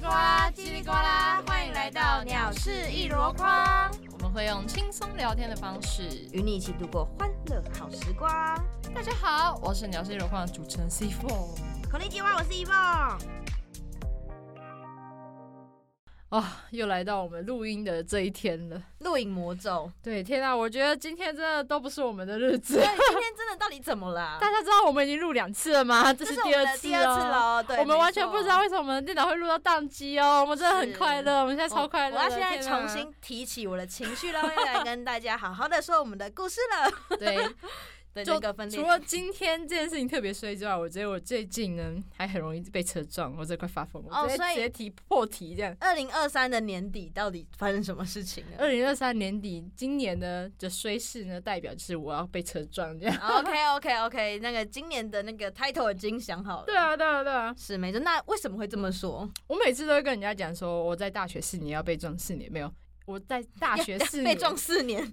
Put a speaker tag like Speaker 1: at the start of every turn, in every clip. Speaker 1: 叽里呱啦，欢迎来到鸟事一箩筐，
Speaker 2: 我们会用轻松聊天的方式。
Speaker 1: 与你一起度过欢乐好时光。
Speaker 2: 大家好，我是鸟事有框的主持人 C Four。
Speaker 1: 口令计划，我是一梦。
Speaker 2: 啊，又来到我们录音的这一天了。
Speaker 1: 录影魔咒，
Speaker 2: 对，天啊，我觉得今天真的都不是我们的日子
Speaker 1: 对，。哎今天真的到底怎么 了？
Speaker 2: 大家知道我们已经录两次了吗？这
Speaker 1: 这
Speaker 2: 是
Speaker 1: 是我
Speaker 2: 第
Speaker 1: 们
Speaker 2: 二
Speaker 1: 的
Speaker 2: 次
Speaker 1: 第二次
Speaker 2: 哦。
Speaker 1: 喽，对，
Speaker 2: 我们完
Speaker 1: 没错
Speaker 2: 全不知道。为什么我们的电脑会录到宕机哦，我们真的很
Speaker 1: 是
Speaker 2: 快乐，我们现在超快乐
Speaker 1: 哦
Speaker 2: 的。
Speaker 1: 我要现在
Speaker 2: 天啊
Speaker 1: 重新提起我的情绪了，要来跟大家好好的说我们的故事了。
Speaker 2: 对，
Speaker 1: 对，
Speaker 2: 就
Speaker 1: 那个分裂
Speaker 2: 除，了今天这件事情特别衰之外，我觉得我最近呢还很容易被车撞，我真的快发疯了。
Speaker 1: 哦
Speaker 2: 我直接
Speaker 1: 所以
Speaker 2: 直接提破题这样。
Speaker 1: 二零二三的年底到底发生什么事情了
Speaker 2: 二零二三年底，今年呢的衰势呢，代表就是我要被车撞这样。
Speaker 1: ？OK OK OK，那个今年的那个 title 已经想好了。
Speaker 2: 对啊，对啊，对啊！
Speaker 1: 是没错。那为什么会这么说？
Speaker 2: 我每次都会跟人家讲说，我在大学四年要被撞四年，没有，我在 大学四年
Speaker 1: 被撞四年。
Speaker 2: 啊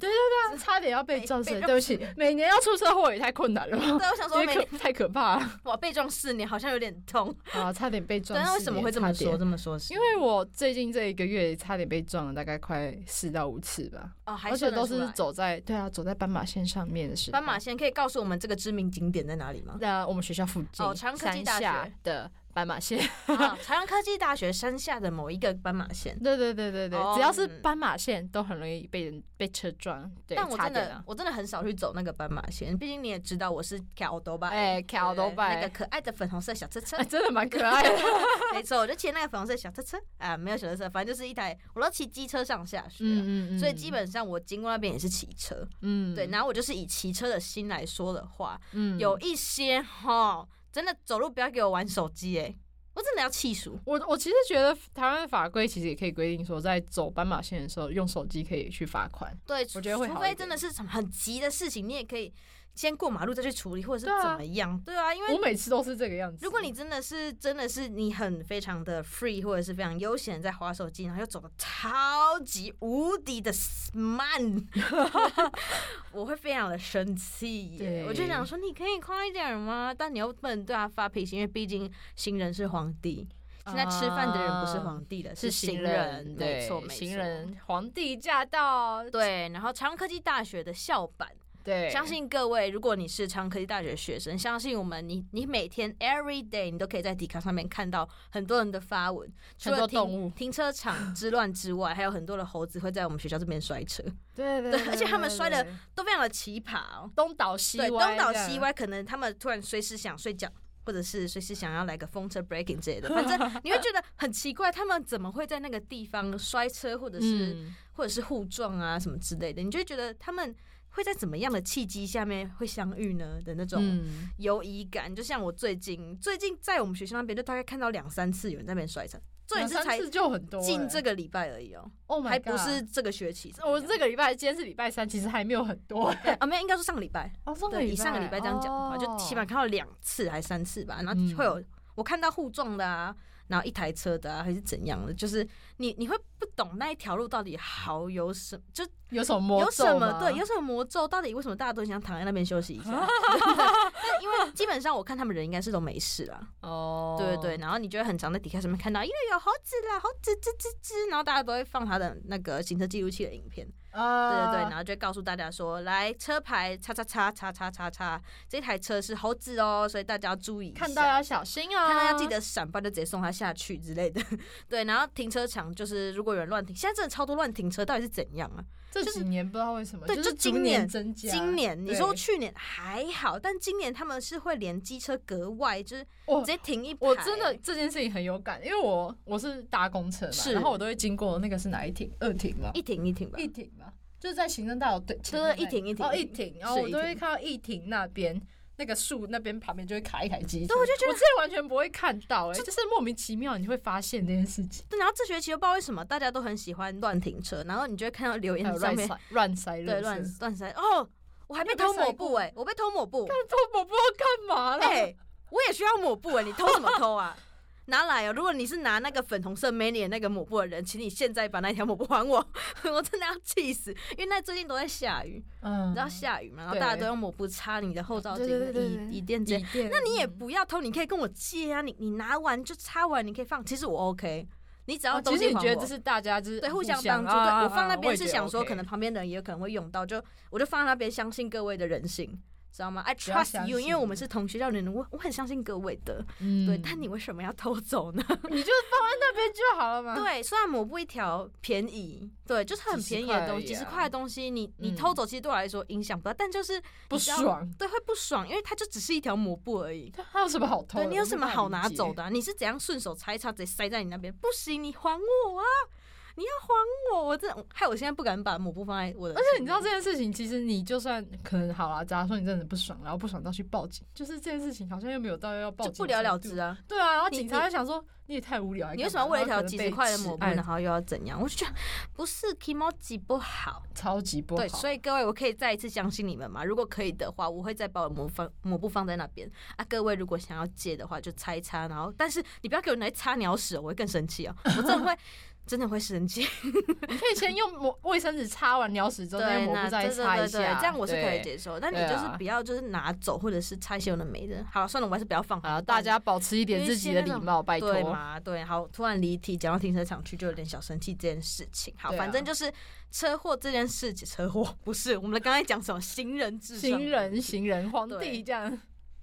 Speaker 2: 差点要被撞死
Speaker 1: 被，被
Speaker 2: 对不 起，每年要出车祸也太困难了吧？
Speaker 1: 对，啊我想说
Speaker 2: 因
Speaker 1: 每
Speaker 2: 为可太可怕了
Speaker 1: 哇被撞四年好像有点痛。
Speaker 2: 啊！差点被
Speaker 1: 对，
Speaker 2: 撞。
Speaker 1: 那为什么会这么
Speaker 2: 差
Speaker 1: 说？
Speaker 2: 点
Speaker 1: 这么说是
Speaker 2: 因为我最近这一个月差点被撞了，大概快四到五次吧，
Speaker 1: 哦，还
Speaker 2: 而且
Speaker 1: 算得
Speaker 2: 都
Speaker 1: 出来
Speaker 2: 是走在对啊，走在斑马线上面的时候。
Speaker 1: 斑马线，可以告诉我们这个知名景点在哪 里吗？
Speaker 2: 那我们学校附近
Speaker 1: 哦长科技
Speaker 2: 山
Speaker 1: 大学
Speaker 2: 下的斑马线，
Speaker 1: 啊，长安科技大学山下的某一个斑马线。
Speaker 2: 对对对对对，
Speaker 1: 哦
Speaker 2: 只要是斑马线都很容易被人被车撞，对，
Speaker 1: 但我
Speaker 2: 差
Speaker 1: 真
Speaker 2: 点
Speaker 1: 的、
Speaker 2: 啊。
Speaker 1: 我真的很少去走那个斑马线，毕竟你也知道我是挑多吧，
Speaker 2: 哎，卡都
Speaker 1: 那个
Speaker 2: 拜，
Speaker 1: 可爱的粉红色小车 车
Speaker 2: 哎，真的蛮可爱 的。
Speaker 1: 没错，我就骑那个粉红色小车车啊，没有小车车，反正就是一台，我都骑机车上下学啊、
Speaker 2: 嗯
Speaker 1: 所以基本上我经过那边也是骑车，
Speaker 2: 嗯
Speaker 1: 对，，然后我就是以骑车的心来说的话，
Speaker 2: 嗯
Speaker 1: 有一些哈，真的走路不要给我玩手机哎、我真的要气数。
Speaker 2: 我我其实觉得台湾的法规其实也可以规定说，在走斑马线的时候用手机可以去罚款。
Speaker 1: 对，
Speaker 2: 我觉得会
Speaker 1: 除
Speaker 2: 好一
Speaker 1: 非
Speaker 2: 点
Speaker 1: 真的是什么很急的事情，你也可以先过马路再去处理，或者
Speaker 2: 对
Speaker 1: 是
Speaker 2: 啊
Speaker 1: 怎么样，对啊，因为
Speaker 2: 我每次都是这个样子。
Speaker 1: 如果你真的是真的是你很非常的 free 或者是非常悠闲在滑手机，然后又走的超级无敌的慢， 我会非常的生气耶。
Speaker 2: 对
Speaker 1: 我就想说，你可以快一点吗？但你又不能对他发脾气，因为毕竟行人是皇帝。现在吃饭的人不是皇帝了，
Speaker 2: 啊是
Speaker 1: 行
Speaker 2: 行
Speaker 1: 人，
Speaker 2: 人，
Speaker 1: 没错，
Speaker 2: 对
Speaker 1: 没错。
Speaker 2: 行人皇帝驾到，
Speaker 1: 对，然后长安科技大学的校版
Speaker 2: 对，
Speaker 1: 相信各位，如果你是长科技大学学生，相信我们你，你每天 every day 你都可以在迪卡上面看到很多人的发文，除
Speaker 2: 很多
Speaker 1: 了停
Speaker 2: 动物
Speaker 1: 停车场之乱之外，还有很多的猴子会在我们学校这边摔车，
Speaker 2: 对对
Speaker 1: 对而且他们摔得
Speaker 2: 对
Speaker 1: 都非常的奇葩哦。
Speaker 2: 东倒西
Speaker 1: 对，
Speaker 2: 歪，
Speaker 1: 东倒西。歪，可能他们突然随时想睡觉。或者是随时想要来个风车 breaking 之类的， 反正你会觉得很奇怪，他们怎么会在那个地方摔车，或者是、
Speaker 2: 嗯，
Speaker 1: 或者是互撞啊什么之类的，你就会觉得他们会在怎么样的契机下面会相遇呢的那种
Speaker 2: 嗯
Speaker 1: 犹疑感。就像我最近最近在我们学校那边，就大概看到两三次有人在那边摔车，重
Speaker 2: 两
Speaker 1: 点是
Speaker 2: 三
Speaker 1: 才
Speaker 2: 次就很多欸，
Speaker 1: 近这个礼拜而已哦、
Speaker 2: ，Oh
Speaker 1: 还
Speaker 2: my
Speaker 1: 不
Speaker 2: god！哦
Speaker 1: 是这个学期。
Speaker 2: 我这个礼拜，今天是礼拜三，其实还没有很多欸。
Speaker 1: 啊，没有，应该说上个礼拜，
Speaker 2: 哦，上
Speaker 1: 对，以上个礼拜这样讲的话，
Speaker 2: 哦
Speaker 1: 就起码看到两次还三次吧，然
Speaker 2: 嗯
Speaker 1: 后会有。我看到互撞的啊，然后一台车的啊，还是怎样的？就是你你会不懂那一条路到底好有什么，就
Speaker 2: 有什么魔
Speaker 1: 有
Speaker 2: 咒
Speaker 1: 什么
Speaker 2: 吗
Speaker 1: 对，有什么魔咒？到底为什么大家都很想躺在那边休息一 下？ 但因为基本上我看他们人应该是都没事啦，
Speaker 2: 哦，
Speaker 1: 对对对。然后你就会很常在底下上面看到，因为有猴子啦，猴子吱吱吱，然后大家都会放他的那个行车记录器的影片，对
Speaker 2: 啊，
Speaker 1: 对对，然后就会告诉大家说，来车牌叉叉叉叉叉叉叉，这台车是猴子哦，所以大家要注意一下，
Speaker 2: 看到要小心啊，
Speaker 1: 看到要记得闪吧，就直接送他下去之类的。 对，然后停车场就是如果有人乱停，现在真的超多乱停车，到底是怎样啊？
Speaker 2: 这
Speaker 1: 就是
Speaker 2: 几年不知道为什么，
Speaker 1: 对
Speaker 2: 是
Speaker 1: 就今
Speaker 2: 逐
Speaker 1: 年
Speaker 2: 年增加，
Speaker 1: 今年你说
Speaker 2: 对
Speaker 1: 去年还好，但今年他们是会连机车格外，就是
Speaker 2: 我
Speaker 1: 直接停一排。
Speaker 2: 我真的这件事情很有感，因为我我是搭公车嘛，
Speaker 1: 是
Speaker 2: 然后我都会经过那个是哪一挺二挺嘛，
Speaker 1: 一停一停吧
Speaker 2: 一，挺嘛，就是在行政大楼对，
Speaker 1: 对对一挺一挺
Speaker 2: 哦一挺，然后
Speaker 1: 是
Speaker 2: 我
Speaker 1: 一
Speaker 2: 都会
Speaker 1: 挺
Speaker 2: 看到一挺那边。那个树那边旁边就会卡一台机车，
Speaker 1: 对我就觉得
Speaker 2: 我之前完全不会看到、哎，就是莫名其妙你会发现这件事情，
Speaker 1: 对然后这学期又不知道为什么大家都很喜欢乱停车，然后你就会看到留
Speaker 2: 还有
Speaker 1: 言上
Speaker 2: 乱
Speaker 1: 面
Speaker 2: 塞乱塞垃圾，
Speaker 1: 对乱乱塞哦，我还被偷抹布哎、我被偷抹布
Speaker 2: 但我不知道干嘛了，
Speaker 1: 哎、我也需要抹布哎、你偷什么偷啊？拿来哦！如果你是拿那个粉红色 mini 的那个抹布的人，请你现在把那条抹布还我， 我真的要气死！因为那最近都在下雨，
Speaker 2: 嗯
Speaker 1: 你知道下雨嘛，然后
Speaker 2: 对
Speaker 1: 大家都用抹布擦你的后照镜、
Speaker 2: 对对对对对
Speaker 1: 以以垫这样。
Speaker 2: 那
Speaker 1: 那你也不要偷，你可以跟我借啊！你你拿完就擦完，你可以放。其实我 OK，你只要
Speaker 2: 哦其
Speaker 1: 东
Speaker 2: 实
Speaker 1: 西
Speaker 2: 你
Speaker 1: 还
Speaker 2: 觉得
Speaker 1: 我
Speaker 2: 这是大家就是
Speaker 1: 对，互相
Speaker 2: 相
Speaker 1: 帮助。
Speaker 2: 啊啊
Speaker 1: 对
Speaker 2: 啊
Speaker 1: 我放那边
Speaker 2: 也
Speaker 1: 是
Speaker 2: 觉得
Speaker 1: 想说，
Speaker 2: ，OK
Speaker 1: 可能旁边的人也可能会用到，就我就放那边，相信各位的人性，知道吗？I
Speaker 2: 要相
Speaker 1: trust you，因为我们
Speaker 2: 信
Speaker 1: 是同学校的人，我我很相信各位的。
Speaker 2: 嗯
Speaker 1: 对，但你为什么要偷走呢？
Speaker 2: 你就放在那边就好了嘛。
Speaker 1: 对，虽然抹布一条便宜，对，就是很
Speaker 2: 啊几十
Speaker 1: 便宜的
Speaker 2: 块
Speaker 1: 东
Speaker 2: 而已
Speaker 1: 西，几十
Speaker 2: 啊
Speaker 1: 块的东西，你你
Speaker 2: 嗯
Speaker 1: 偷走其实对我来说影响不大，但就是
Speaker 2: 不
Speaker 1: 你知道
Speaker 2: 爽，
Speaker 1: 对会不爽，因为它就只是一条抹布而已。
Speaker 2: 对，还有什么好偷的？
Speaker 1: 对你有
Speaker 2: 我没
Speaker 1: 什么
Speaker 2: 办法
Speaker 1: 好
Speaker 2: 理
Speaker 1: 拿
Speaker 2: 解
Speaker 1: 走？的啊、你是怎样顺手拆一擦直接塞在你那边？不行，你还我啊！你要还我！我这害我现在不敢把抹布放在我的前
Speaker 2: 而
Speaker 1: 面。
Speaker 2: 且你知道这件事情，其实你就算可能好啦，假如说你真的不爽，然后不爽到去报警，就是这件事情好像又没有到要报
Speaker 1: 就
Speaker 2: 警，
Speaker 1: 不了了之。啊！
Speaker 2: 对啊，然后
Speaker 1: 你
Speaker 2: 警
Speaker 1: 你
Speaker 2: 察就想说你也太无聊了，
Speaker 1: 你为什么要为了一条
Speaker 2: 然后可能
Speaker 1: 几
Speaker 2: 被
Speaker 1: 十块的抹
Speaker 2: 指
Speaker 1: 布，
Speaker 2: 案
Speaker 1: 然后又要怎样？我就觉得不是 emoji 不好。
Speaker 2: 超级不好？
Speaker 1: 对，所以各位，我可以再一次相信你们吗？如果可以的话，我会再把我抹放抹布放在那边啊。各位如果想要借的话，就擦一擦，然后但是你不要给我拿来擦鸟屎哦，我会更生气哦，我真的会 真的会生气。
Speaker 2: 你可以先用抹卫生纸擦完鸟屎之后，再用
Speaker 1: 对，
Speaker 2: 抹
Speaker 1: 那
Speaker 2: 布再
Speaker 1: 对对
Speaker 2: 擦一
Speaker 1: 对对
Speaker 2: 下，
Speaker 1: 这样我是可以
Speaker 2: 对。
Speaker 1: 接受。但你
Speaker 2: 对
Speaker 1: 就
Speaker 2: 啊
Speaker 1: 是不要就是拿走或者是拆些有的没的。好，算了，我还是不要放。
Speaker 2: 啊，大家保持一点
Speaker 1: 因为
Speaker 2: 自己
Speaker 1: 现
Speaker 2: 的
Speaker 1: 在
Speaker 2: 礼
Speaker 1: 那种
Speaker 2: 貌，拜托
Speaker 1: 对。嘛？对，好，突然离题，讲到停车场去就有点小生气这件事情。好，
Speaker 2: 对啊
Speaker 1: 反正就是车祸这件事情，车祸不是我们刚才讲什么行人至上。
Speaker 2: 行人，行人，皇
Speaker 1: 对
Speaker 2: 帝这样。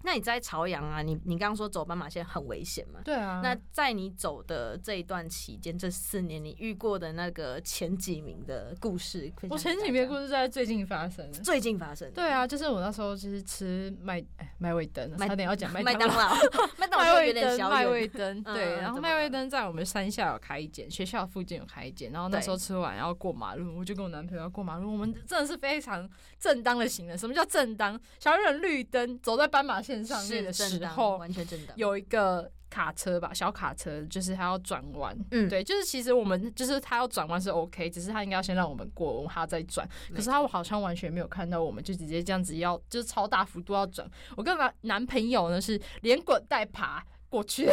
Speaker 1: 那你在朝阳啊，你你刚刚说走斑马线很危险嘛？
Speaker 2: 对啊，
Speaker 1: 那在你走的这一段期间，这四年你遇过的那个前几名的故事，分享
Speaker 2: 我前
Speaker 1: 给
Speaker 2: 几
Speaker 1: 大
Speaker 2: 篇
Speaker 1: 家
Speaker 2: 故事在最近发生的。
Speaker 1: 最近发生的。
Speaker 2: 对啊，就是我那时候就是吃麦哎麦味登，
Speaker 1: 麦
Speaker 2: 差点要讲麦
Speaker 1: 麦当
Speaker 2: 劳。
Speaker 1: 劳，麦当
Speaker 2: 麦
Speaker 1: 劳有
Speaker 2: 味
Speaker 1: 点
Speaker 2: 登，
Speaker 1: 小
Speaker 2: 麦
Speaker 1: 远
Speaker 2: 味登，
Speaker 1: 嗯
Speaker 2: 对，
Speaker 1: 嗯
Speaker 2: 然后
Speaker 1: 怎么
Speaker 2: 麦味
Speaker 1: 了
Speaker 2: 登在我们山下有开一间，学校附近有开一间，然后那
Speaker 1: 对
Speaker 2: 时候吃完然后过马路，我就跟我男朋友要过马路，我们真的是非常正当的行人。什么叫正当？小忍绿灯，走在斑马线上面的
Speaker 1: 是正
Speaker 2: 时
Speaker 1: 当
Speaker 2: 候，
Speaker 1: 完全正当。
Speaker 2: 有一个卡车吧，小卡车，就是它要转弯。
Speaker 1: 嗯
Speaker 2: 对，就是其实我们就是它要转弯是 OK，只是它应该要先让我们过，我们还要再转。可是它好像完全没有看到我们，就直接这样子要，就是超大幅度要转。我跟男男朋友呢是连滚带爬。过 去，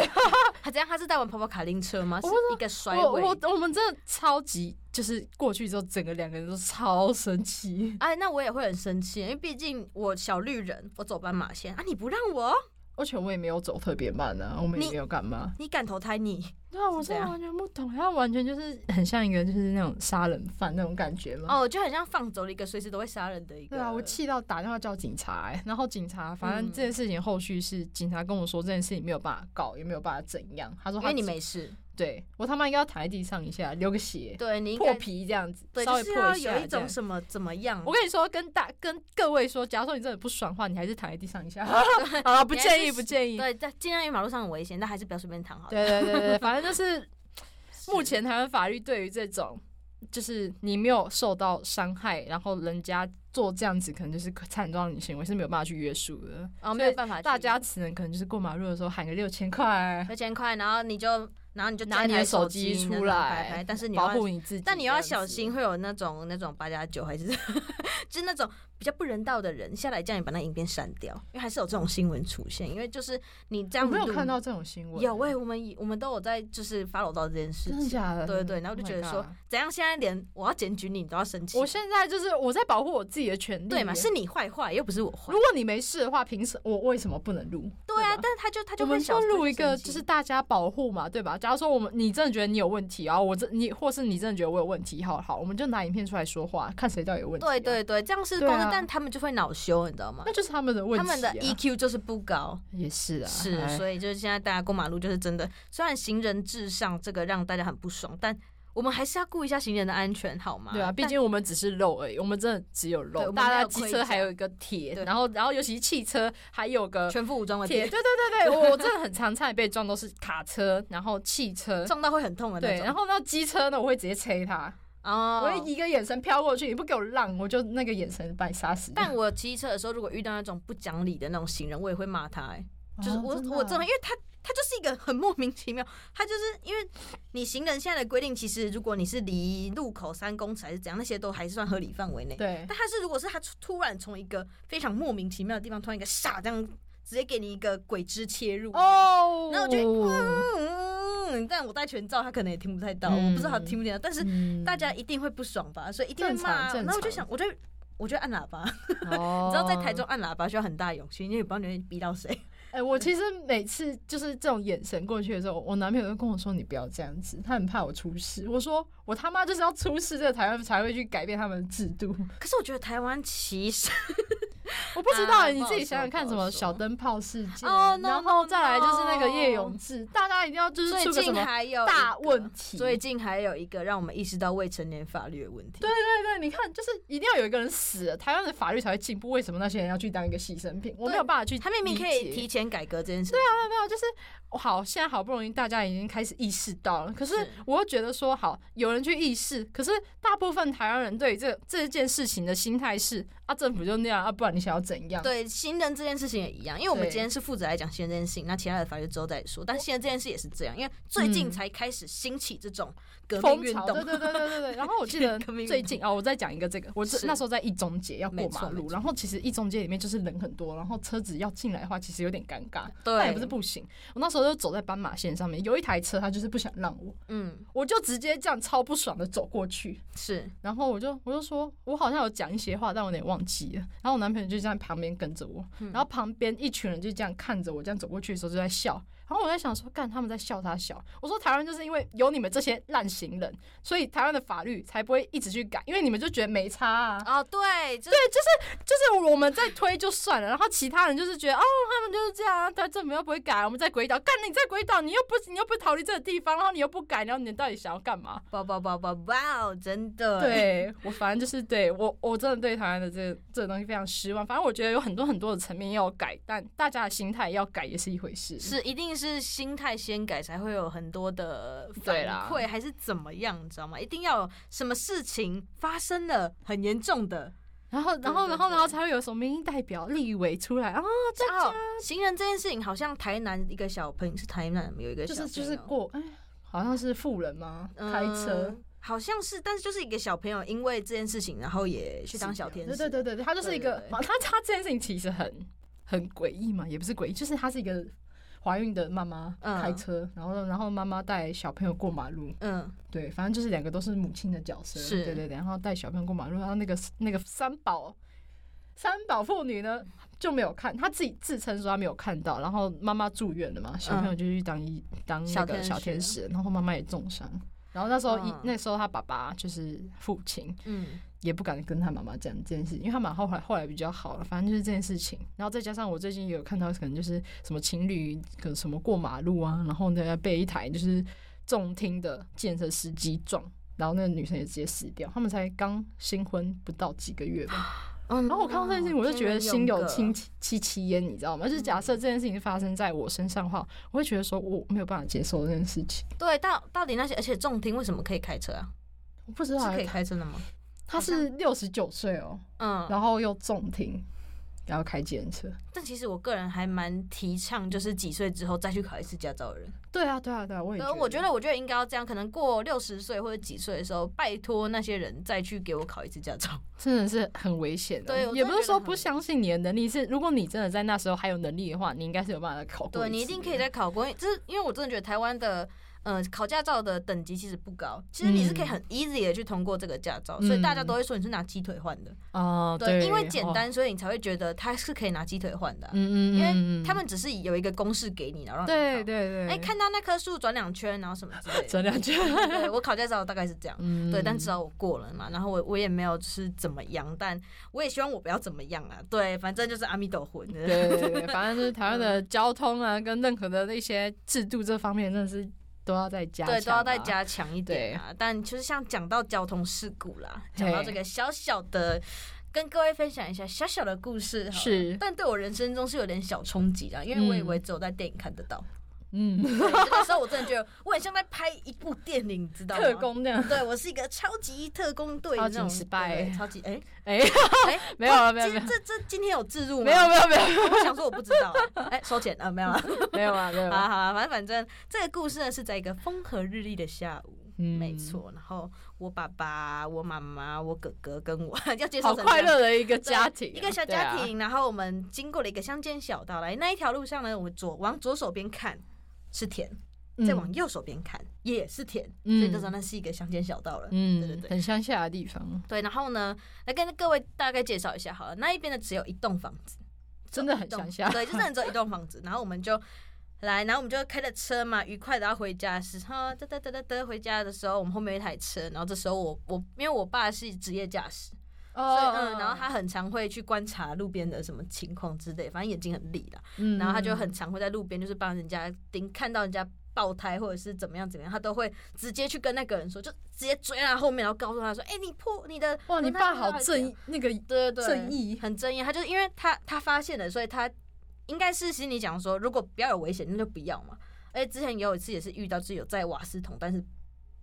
Speaker 1: 他怎样？他是带玩跑跑卡丁车吗？是
Speaker 2: 我不知
Speaker 1: 一个甩
Speaker 2: 我
Speaker 1: 尾
Speaker 2: 我。我们真的超级，就是过去之后，整个两个人都超生气。
Speaker 1: 哎，那我也会很生气，因为毕竟我小绿人，我走斑马线啊，你不让我，
Speaker 2: 而且我也没有走特别慢啊，我们也
Speaker 1: 你
Speaker 2: 没有干嘛。
Speaker 1: 你敢投胎你？
Speaker 2: 对啊，我
Speaker 1: 是这
Speaker 2: 真的
Speaker 1: 样
Speaker 2: 完全不懂，他完全就是很像一个就是那种杀人犯那种感觉嘛。
Speaker 1: 哦，就很像放走了一个随时都会杀人的一个。
Speaker 2: 对啊，我气到打电话叫警察、欸，然后警察，反
Speaker 1: 嗯
Speaker 2: 正这件事情后续是警察跟我说这件事情没有办法告，也没有办法怎样。他说
Speaker 1: 因
Speaker 2: 他
Speaker 1: 为你
Speaker 2: 只
Speaker 1: 没事，
Speaker 2: 对我他妈应该要躺在地上一下，流个血，
Speaker 1: 对你应
Speaker 2: 破
Speaker 1: 该
Speaker 2: 皮这样子，
Speaker 1: 对，
Speaker 2: 稍
Speaker 1: 就
Speaker 2: 微
Speaker 1: 是
Speaker 2: 破
Speaker 1: 要
Speaker 2: 一下
Speaker 1: 有一
Speaker 2: 这样
Speaker 1: 种什么怎么样？
Speaker 2: 我跟你说，跟大跟各位说，假如说你真的不爽的话，你还是躺在地跟各位说 假如说你真的不爽的话你还是躺在地上一下。好了，不
Speaker 1: 你还是
Speaker 2: 建议，不建议。
Speaker 1: 对，在尽量因为马路上很危险，但还是不要随便躺好了。
Speaker 2: 对对对对，反正就是
Speaker 1: 是
Speaker 2: 目前台湾法律对于这种，就是你没有受到伤害，然后人家做这样子，可能就是惨重你行为是没有办法去约束的。
Speaker 1: 哦，没
Speaker 2: 所以
Speaker 1: 有办法去，
Speaker 2: 大家只能可能就是过马路的时候喊个六千块，
Speaker 1: 六千块，然后你就然后你就
Speaker 2: 拿
Speaker 1: 摘
Speaker 2: 你的
Speaker 1: 台
Speaker 2: 手
Speaker 1: 手
Speaker 2: 机
Speaker 1: 机
Speaker 2: 出
Speaker 1: 然后
Speaker 2: 来
Speaker 1: 拍拍但是你
Speaker 2: 保
Speaker 1: 要
Speaker 2: 护你自己。
Speaker 1: 但你要小心，，会有那种那种八加九还是 就是那种比较不人道的人下来叫你把那影片删掉，因为还是有这种新闻出现。因为就是你这
Speaker 2: 我
Speaker 1: 样
Speaker 2: 没有
Speaker 1: 录
Speaker 2: 看到这种新闻，
Speaker 1: 有喂、我们我们都有在就是 follow 到这件 事
Speaker 2: 真的
Speaker 1: 情。
Speaker 2: 假的？
Speaker 1: 对对，然后就
Speaker 2: Oh my
Speaker 1: 觉得说
Speaker 2: God，
Speaker 1: 怎样现在连我要检举你你都要生气
Speaker 2: 我，现在就是我在保护我自己的权利，
Speaker 1: 对嘛？是。你坏坏，又不是我坏
Speaker 2: 如。果你没事的话，凭什我为什么不能录？
Speaker 1: 对啊，
Speaker 2: 吧
Speaker 1: 但是他就他就
Speaker 2: 我们
Speaker 1: 会
Speaker 2: 就
Speaker 1: 想
Speaker 2: 录一个，就是大家保护嘛，对吧？假如说我们你真的觉得你有问题，然后我这你或是你真的觉得我有问题，好好，我们就拿影片出来说话，看谁到底有问题、
Speaker 1: 对，对对，这样是
Speaker 2: 对
Speaker 1: 公正，
Speaker 2: 啊
Speaker 1: 但他们就会恼羞，你知道吗
Speaker 2: 那？就是他们的问
Speaker 1: 他
Speaker 2: 题、啊，
Speaker 1: 们的 EQ 就是不高。
Speaker 2: 也是啊，
Speaker 1: 是，
Speaker 2: 哎
Speaker 1: 所以就是现在大家过马路就是真的，虽然行人至上这个让大家很不爽，但我们还是要顾一下行人的安全，好吗？
Speaker 2: 对啊，毕
Speaker 1: 但
Speaker 2: 竟我们只是肉而已，我们真的只有
Speaker 1: 对
Speaker 2: 肉。
Speaker 1: 我们
Speaker 2: 大
Speaker 1: 没
Speaker 2: 家
Speaker 1: 有
Speaker 2: 机
Speaker 1: 盔
Speaker 2: 车
Speaker 1: 甲
Speaker 2: 还有一个铁，
Speaker 1: 对
Speaker 2: 然后然后尤其汽车还有个
Speaker 1: 全副武装的
Speaker 2: 铁。对
Speaker 1: 铁
Speaker 2: 对对对，我我真的很常差点被撞，都是卡车，然后汽车。
Speaker 1: 撞到会很痛的那
Speaker 2: 对，
Speaker 1: 种。
Speaker 2: 然后那机车呢，我会直接切它，
Speaker 1: 哦，
Speaker 2: 我会一个眼神飘过去，你不给我让，我就那个眼神把你杀死。哦
Speaker 1: 但我骑车的时候，如果遇到那种不讲理的那种行人，我也会骂他、欸。就是
Speaker 2: 哦
Speaker 1: 我、
Speaker 2: 真的
Speaker 1: 我
Speaker 2: 啊
Speaker 1: 真的，因为他他就是一个很莫名其妙，他就是因为你行人现在的规定，其实如果你是离路口三公尺还是怎样，那些都还是算合理范围内。
Speaker 2: 对，
Speaker 1: 但他是如果是他突突然从一个非常莫名其妙的地方，突然一个傻这样，直接给你一个鬼之切入。
Speaker 2: 哦
Speaker 1: 然后我就嗯，但我戴全罩，他可能也听不太到，
Speaker 2: 嗯
Speaker 1: 我不知道他听不听得到，但是
Speaker 2: 嗯
Speaker 1: 大家一定会不爽吧，所以一定会
Speaker 2: 正常
Speaker 1: 骂。
Speaker 2: 正
Speaker 1: 然后我就
Speaker 2: 常
Speaker 1: 想，我就我就按喇叭，
Speaker 2: 哦
Speaker 1: 你知道在台中按喇叭需要很大勇气，因为你不知道你会逼到谁。
Speaker 2: 哎、我其实每次就是这种眼神过去的时候，我男朋友就跟我说：“你不要这样子。”他很怕我出事。我说：“我他妈就是要出事，这个台湾才会去改变他们的制度。
Speaker 1: 可是我觉得台湾其实
Speaker 2: 我不知道、欸
Speaker 1: 啊
Speaker 2: 你
Speaker 1: 不好
Speaker 2: 自己
Speaker 1: 说
Speaker 2: 想想看，
Speaker 1: 不
Speaker 2: 什
Speaker 1: 好
Speaker 2: 么
Speaker 1: 说
Speaker 2: 小灯泡事件
Speaker 1: 哦，no，
Speaker 2: 然
Speaker 1: no，
Speaker 2: 后再来就是那个
Speaker 1: no
Speaker 2: 叶永志，大家一定要就是
Speaker 1: 最
Speaker 2: 出个什
Speaker 1: 近
Speaker 2: 么
Speaker 1: 还有一
Speaker 2: 大
Speaker 1: 个
Speaker 2: 问题。
Speaker 1: 最近还有一个让我们意识到未成年法律的问题。
Speaker 2: 对对对，你看，就是一定要有一个人死了，台湾的法律才会进步。为什么那些人要去当一个牺牲品？我没有办法去理解。
Speaker 1: 他明明可以提前改革这件事，对
Speaker 2: 没有没有，就是好，现在好不容易大家已经开始意识到了，可是
Speaker 1: 是
Speaker 2: 我又觉得说好，有人去意识，可是大部分台湾人对于这这件事情的心态是啊，政府就那样啊，不然你想要怎样？
Speaker 1: 对新人这件事情也一样，因为我们
Speaker 2: 对哦
Speaker 1: 今天是负责来讲新人这件事情，那其他的法律之后再说。但现在这件事也是这样，因为最近
Speaker 2: 嗯
Speaker 1: 才开始兴起这种革命
Speaker 2: 风
Speaker 1: 运
Speaker 2: 潮，
Speaker 1: 动
Speaker 2: 对，对对对对对。然后我记得
Speaker 1: 革命运动
Speaker 2: 最近哦，我再讲一个这个，我是
Speaker 1: 是
Speaker 2: 那时候在一中街要过
Speaker 1: 没错
Speaker 2: 马
Speaker 1: 没
Speaker 2: 路，
Speaker 1: 错
Speaker 2: 然后其实一中街里面就是人很多，然后车子要进来的话，其实有点尴尬，
Speaker 1: 对
Speaker 2: 但也不是不行。我那时候就走在斑马线上面，有一台车它就是不想让我，
Speaker 1: 嗯，
Speaker 2: 我就直接这样超不爽的走过去，
Speaker 1: 是
Speaker 2: 然后我就我就说，我好像有讲一些话，但我有点忘记了。然后我男朋友就在旁边跟着我，然后旁边一群人就这样看着我，这样走过去的时候就在笑。然后我在想说，干他们在笑他笑。我说台湾就是因为有你们这些烂行人，所以台湾的法律才不会一直去改，因为你们就觉得没差啊。
Speaker 1: 哦，对，这
Speaker 2: 就是我们在推就算了，然后其他人就是觉得哦，他们就是这样啊，他政府又不会改啊，我们在鬼岛干你在鬼岛，你又不你又不逃离这个地方，然后你又不改，然后你到底想要干嘛？
Speaker 1: 哇哇哇哇哇，真的，，
Speaker 2: 对我反正就是对我我真的对台湾的这这个东西非常失望。反正我觉得有很多很多的层面要改，但大家的心态要改也是一回事。
Speaker 1: 是一定是心态先改，才会有很多的反
Speaker 2: 对啦
Speaker 1: 馈，还是怎么样，你知道吗？一定要有什么事情发生了很严重的，
Speaker 2: 然后然后
Speaker 1: 对对
Speaker 2: 然后然后
Speaker 1: 对
Speaker 2: 才会有什么民意代表、立委出来啊，
Speaker 1: 然后行人这件事情，好像台南一个小朋友是台南有一个
Speaker 2: 就
Speaker 1: 小朋
Speaker 2: 是
Speaker 1: 友
Speaker 2: 就是过哎，好像是富人吗？开车。
Speaker 1: 嗯好像是，但是就是一个小朋友因为这件事情，然后也去当小天使。
Speaker 2: 对对对对，他就是一个
Speaker 1: 对对对
Speaker 2: 他他这件事情其实很很诡异嘛，也不是诡异，就是他是一个怀孕的妈妈
Speaker 1: 嗯
Speaker 2: 开车，然后然后妈妈带小朋友过马路，
Speaker 1: 嗯，
Speaker 2: 对，反正就是两个都是母亲的角色，
Speaker 1: 是
Speaker 2: 对对对。然后带小朋友过马路，然后那个那个三宝三宝妇女呢就没有看，她自己自称说她没有看到，然后妈妈住院了嘛，小朋友就去当医、当那
Speaker 1: 嗯小
Speaker 2: 个
Speaker 1: 天
Speaker 2: 小
Speaker 1: 使
Speaker 2: 天使，然后妈妈也重伤。然后那时候一、
Speaker 1: 嗯
Speaker 2: 那时候他爸爸就是父亲
Speaker 1: 嗯，
Speaker 2: 也不敢跟他妈妈讲这件事，因为他妈妈后来后来比较好了，反正就是这件事情。然后再加上我最近也有看到，可能就是什么情侣可能什么过马路啊，然后呢被一台就是重听的建设司机撞，然后那个女生也直接死掉。他们才刚新婚不到几个月 吧。
Speaker 1: 然
Speaker 2: 然后我看到这件事
Speaker 1: 嗯
Speaker 2: 情，我就觉得心有戚
Speaker 1: 亲，
Speaker 2: 戚戚戚焉，你知道吗？就是假设这件事情发生在我身上的话，我会觉得说我没有办法接受这件事情。
Speaker 1: 对，到到底那些，而且重听为什么可以开车啊？
Speaker 2: 我不知道
Speaker 1: 是
Speaker 2: 欸
Speaker 1: 可以开车的吗？
Speaker 2: 他是六十九岁哦，
Speaker 1: 嗯，
Speaker 2: 然后又重听，然后开计程车。
Speaker 1: 但其实我个人还蛮提倡，就是几岁之后再去考一次驾照的人。
Speaker 2: 对啊，对啊，对啊，我也
Speaker 1: 对，我觉得我觉得应该要这样，可能过六十岁或者几岁的时候，拜托那些人再去给我考一次驾照。
Speaker 2: 真的是很危险的。
Speaker 1: 对我真的
Speaker 2: 也不是说
Speaker 1: 觉得
Speaker 2: 不
Speaker 1: 很
Speaker 2: 相信你的能力，是如果你真的在那时候还有能力的话，你应该是有办法考过。
Speaker 1: 对你一定可以。再考过，就是因为我真的觉得台湾的呃考驾照的等级其实不高，
Speaker 2: 嗯
Speaker 1: 其实你是可以很 easy 的去通过这个驾照，所以大家都会说你是拿鸡腿换的，
Speaker 2: 哦，
Speaker 1: 对，因为简。
Speaker 2: 哦
Speaker 1: 单，所以你才会觉得它是可以拿鸡腿换的啊、
Speaker 2: 嗯嗯，
Speaker 1: 因为
Speaker 2: 嗯嗯
Speaker 1: 他们只是有一个公式给你，然后让
Speaker 2: 对对
Speaker 1: 你考。
Speaker 2: 对，
Speaker 1: 哎，看到那棵树转两圈，然后什么 之类的。
Speaker 2: 这两句，
Speaker 1: 对，我考驾照大概是这哦样。
Speaker 2: 嗯
Speaker 1: 对，但至少我过了嘛，然后我我也没有就是怎么样，但我也希望我不要怎么样啊。对，反正就是阿弥陀佛。对
Speaker 2: 对对对，反正就是台湾 的
Speaker 1: 嗯
Speaker 2: 交通啊，跟任何的那些制度这方面，真的是都要再加，啊
Speaker 1: 对，都要再。加强一点啊。但就是像讲到交通事故啦，
Speaker 2: 对
Speaker 1: 讲到这个小小的，跟各位分享一下小小的故事好了。
Speaker 2: 是
Speaker 1: 但对我人生中是有点小冲击的，因为我以
Speaker 2: 嗯
Speaker 1: 为只有在电影看得到。
Speaker 2: 嗯，
Speaker 1: 对，那时候我真的觉得我很像在拍一部电影，你知道吗？
Speaker 2: 特。工那样，
Speaker 1: 对，我是一个超级特工队的那
Speaker 2: 超
Speaker 1: 种，
Speaker 2: 级失败
Speaker 1: 对超级哎
Speaker 2: 哎，
Speaker 1: 哎，
Speaker 2: 没有了， 没有
Speaker 1: 今
Speaker 2: 没有
Speaker 1: 天。这这今天有自入吗？
Speaker 2: 没有，没有没有
Speaker 1: 我想说我不知道，哎，收钱啊，没有啊，
Speaker 2: 没有啊没有
Speaker 1: 好啊
Speaker 2: 啊，
Speaker 1: 好啊，反正反正这个故事呢是在一个风和日丽的下午，
Speaker 2: 嗯
Speaker 1: 没，错。然后我爸爸、我妈妈、我哥哥跟我 要介绍
Speaker 2: 好
Speaker 1: 成
Speaker 2: 快
Speaker 1: 这样
Speaker 2: 乐的一个
Speaker 1: 对
Speaker 2: 家庭啊，
Speaker 1: 一个小
Speaker 2: 对啊
Speaker 1: 家，庭。然后我们经过了一个乡间小道，来那一条路上呢，我们左往左手边看是田，
Speaker 2: 嗯
Speaker 1: 再往右手边看也是田，
Speaker 2: 嗯
Speaker 1: 所以就知道那是一个乡间小道了。
Speaker 2: 嗯，
Speaker 1: 对对对
Speaker 2: 很乡下的地方，
Speaker 1: 对，然后呢，来跟各位大概介绍一下好了。那一边呢只有一栋房子，
Speaker 2: 真的很乡下。
Speaker 1: 对，就真的只有一 栋房子，然后我们就。来，然后我们就开着车嘛，愉快的要回家的时候，哒哒哒哒哒，回家的时候，我们后面有一台车，然后这时候我我因为我爸是职业驾驶，所
Speaker 2: 哦
Speaker 1: 以嗯，然后他很常会去观察路边的什么情况之类，反正眼睛很利啦，
Speaker 2: 嗯，
Speaker 1: 然后他就很常会在路边就是帮人家盯，看到人家爆胎或者是怎么样怎么样，他都会直接去跟那个人说，就直接追啊他后面，然后告诉他说，哎、你破你的，
Speaker 2: 哇，你爸好
Speaker 1: 义。
Speaker 2: 正那个
Speaker 1: 对对对，
Speaker 2: 正义，
Speaker 1: 很正义。他就是因为他他发现了，所以他应该是心里讲说，如果不要有危险，那就不要嘛。而且之前也有一次也是遇到，就是有在瓦斯桶，但是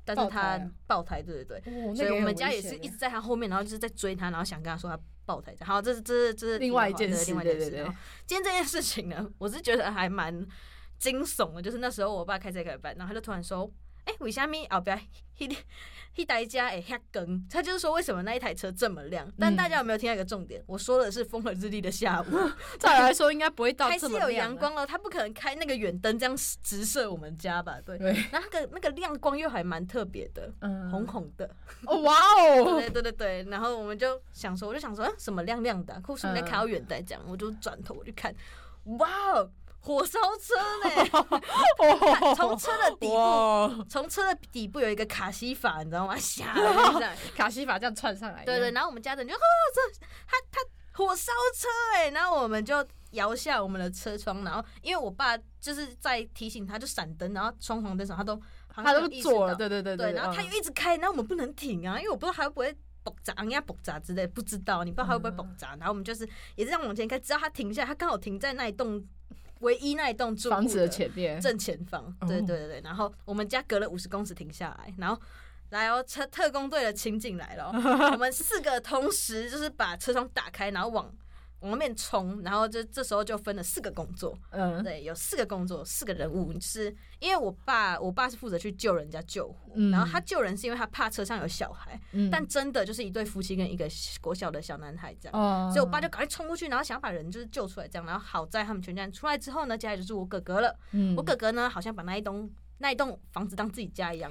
Speaker 1: 但是
Speaker 2: 爆胎
Speaker 1: 他
Speaker 2: 啊
Speaker 1: 爆胎，对对对。
Speaker 2: 哦
Speaker 1: 所以我们家也
Speaker 2: 那
Speaker 1: 是
Speaker 2: 个很危
Speaker 1: 一
Speaker 2: 险
Speaker 1: 直在他后面，然后就是在追他，然后想跟他说他爆胎。好，这是这是这是
Speaker 2: 另外一
Speaker 1: 题
Speaker 2: 件
Speaker 1: 外话
Speaker 2: 事，
Speaker 1: 另外一
Speaker 2: 对
Speaker 1: 件
Speaker 2: 对
Speaker 1: 事。
Speaker 2: 对
Speaker 1: 然后，今天这件事情呢，我是觉得还蛮惊悚的，就是那时候我爸开车开班，然后他就突然说：“哎、为什么后边迄迄台家会遐光？”他就是说为什么那一台车这么亮？但大家有没有听到一个重点？我说的是风和日丽的 下午，
Speaker 2: 照理来说应该不会到
Speaker 1: 还
Speaker 2: 这
Speaker 1: 是
Speaker 2: 么
Speaker 1: 有
Speaker 2: 亮啊
Speaker 1: 阳，光哦，他不可能开那个远灯这样直射我们家吧？对。
Speaker 2: 对，
Speaker 1: 然后那个那个亮光又还蛮特别的，
Speaker 2: 嗯
Speaker 1: 红红的。
Speaker 2: 哦，哇哦，
Speaker 1: 对对对对，然后我们就想说，我就想说，啊什么亮亮的、啊，可是我
Speaker 2: 嗯
Speaker 1: 们在开到远在讲，我就转头我就看，哇，哦，火烧车呢！
Speaker 2: 哦
Speaker 1: 从车的底部，
Speaker 2: 哇，
Speaker 1: 从车的底部有一个卡西法，你知 道吗？吓了一下，
Speaker 2: 卡西法这样窜上来，
Speaker 1: 对对，，然后我们家人就，哦，这他他火烧车哎、然后我们就摇下我们的车窗，然后因为我爸就是在提醒他，就闪灯，然后双黄灯什么他都好像
Speaker 2: 他都
Speaker 1: 没有意识
Speaker 2: 做了，
Speaker 1: 到
Speaker 2: 对对对
Speaker 1: 对，然后他
Speaker 2: 嗯
Speaker 1: 又一直开，然后我们不能停啊，因为我不知道他会不会爆炸，人家爆炸之类，不知道，你不知道他会不会爆
Speaker 2: 嗯
Speaker 1: 炸。然后我们就是也是这样往前开，直到他停下，他刚好停在那一栋唯一那一栋住户
Speaker 2: 房子的前面，
Speaker 1: 正前方，
Speaker 2: 哦
Speaker 1: 对对对对。然后我们家隔了五十公尺停下来，然后。来哦，车特工队的情景来了哦、 我们四个同时就是把车窗打开，然后往往那边冲，然后就这时候就分了四个工作，
Speaker 2: 嗯
Speaker 1: 对，有四个工作，四个人物，就是因为我爸，我爸是负责去救人家救火，
Speaker 2: 嗯
Speaker 1: 然后他救人是因为他怕车上有小孩，
Speaker 2: 嗯，
Speaker 1: 但真的就是一对夫妻跟一个国小的小男孩这样。
Speaker 2: 哦
Speaker 1: 所以我爸就赶快冲过去，然后想要把人就是救出来，这样。然后好在他们全家人出来之后呢，接下来就是我哥哥了。
Speaker 2: 嗯
Speaker 1: 我哥哥呢，好像把那一栋那一栋房子当自己家一 样，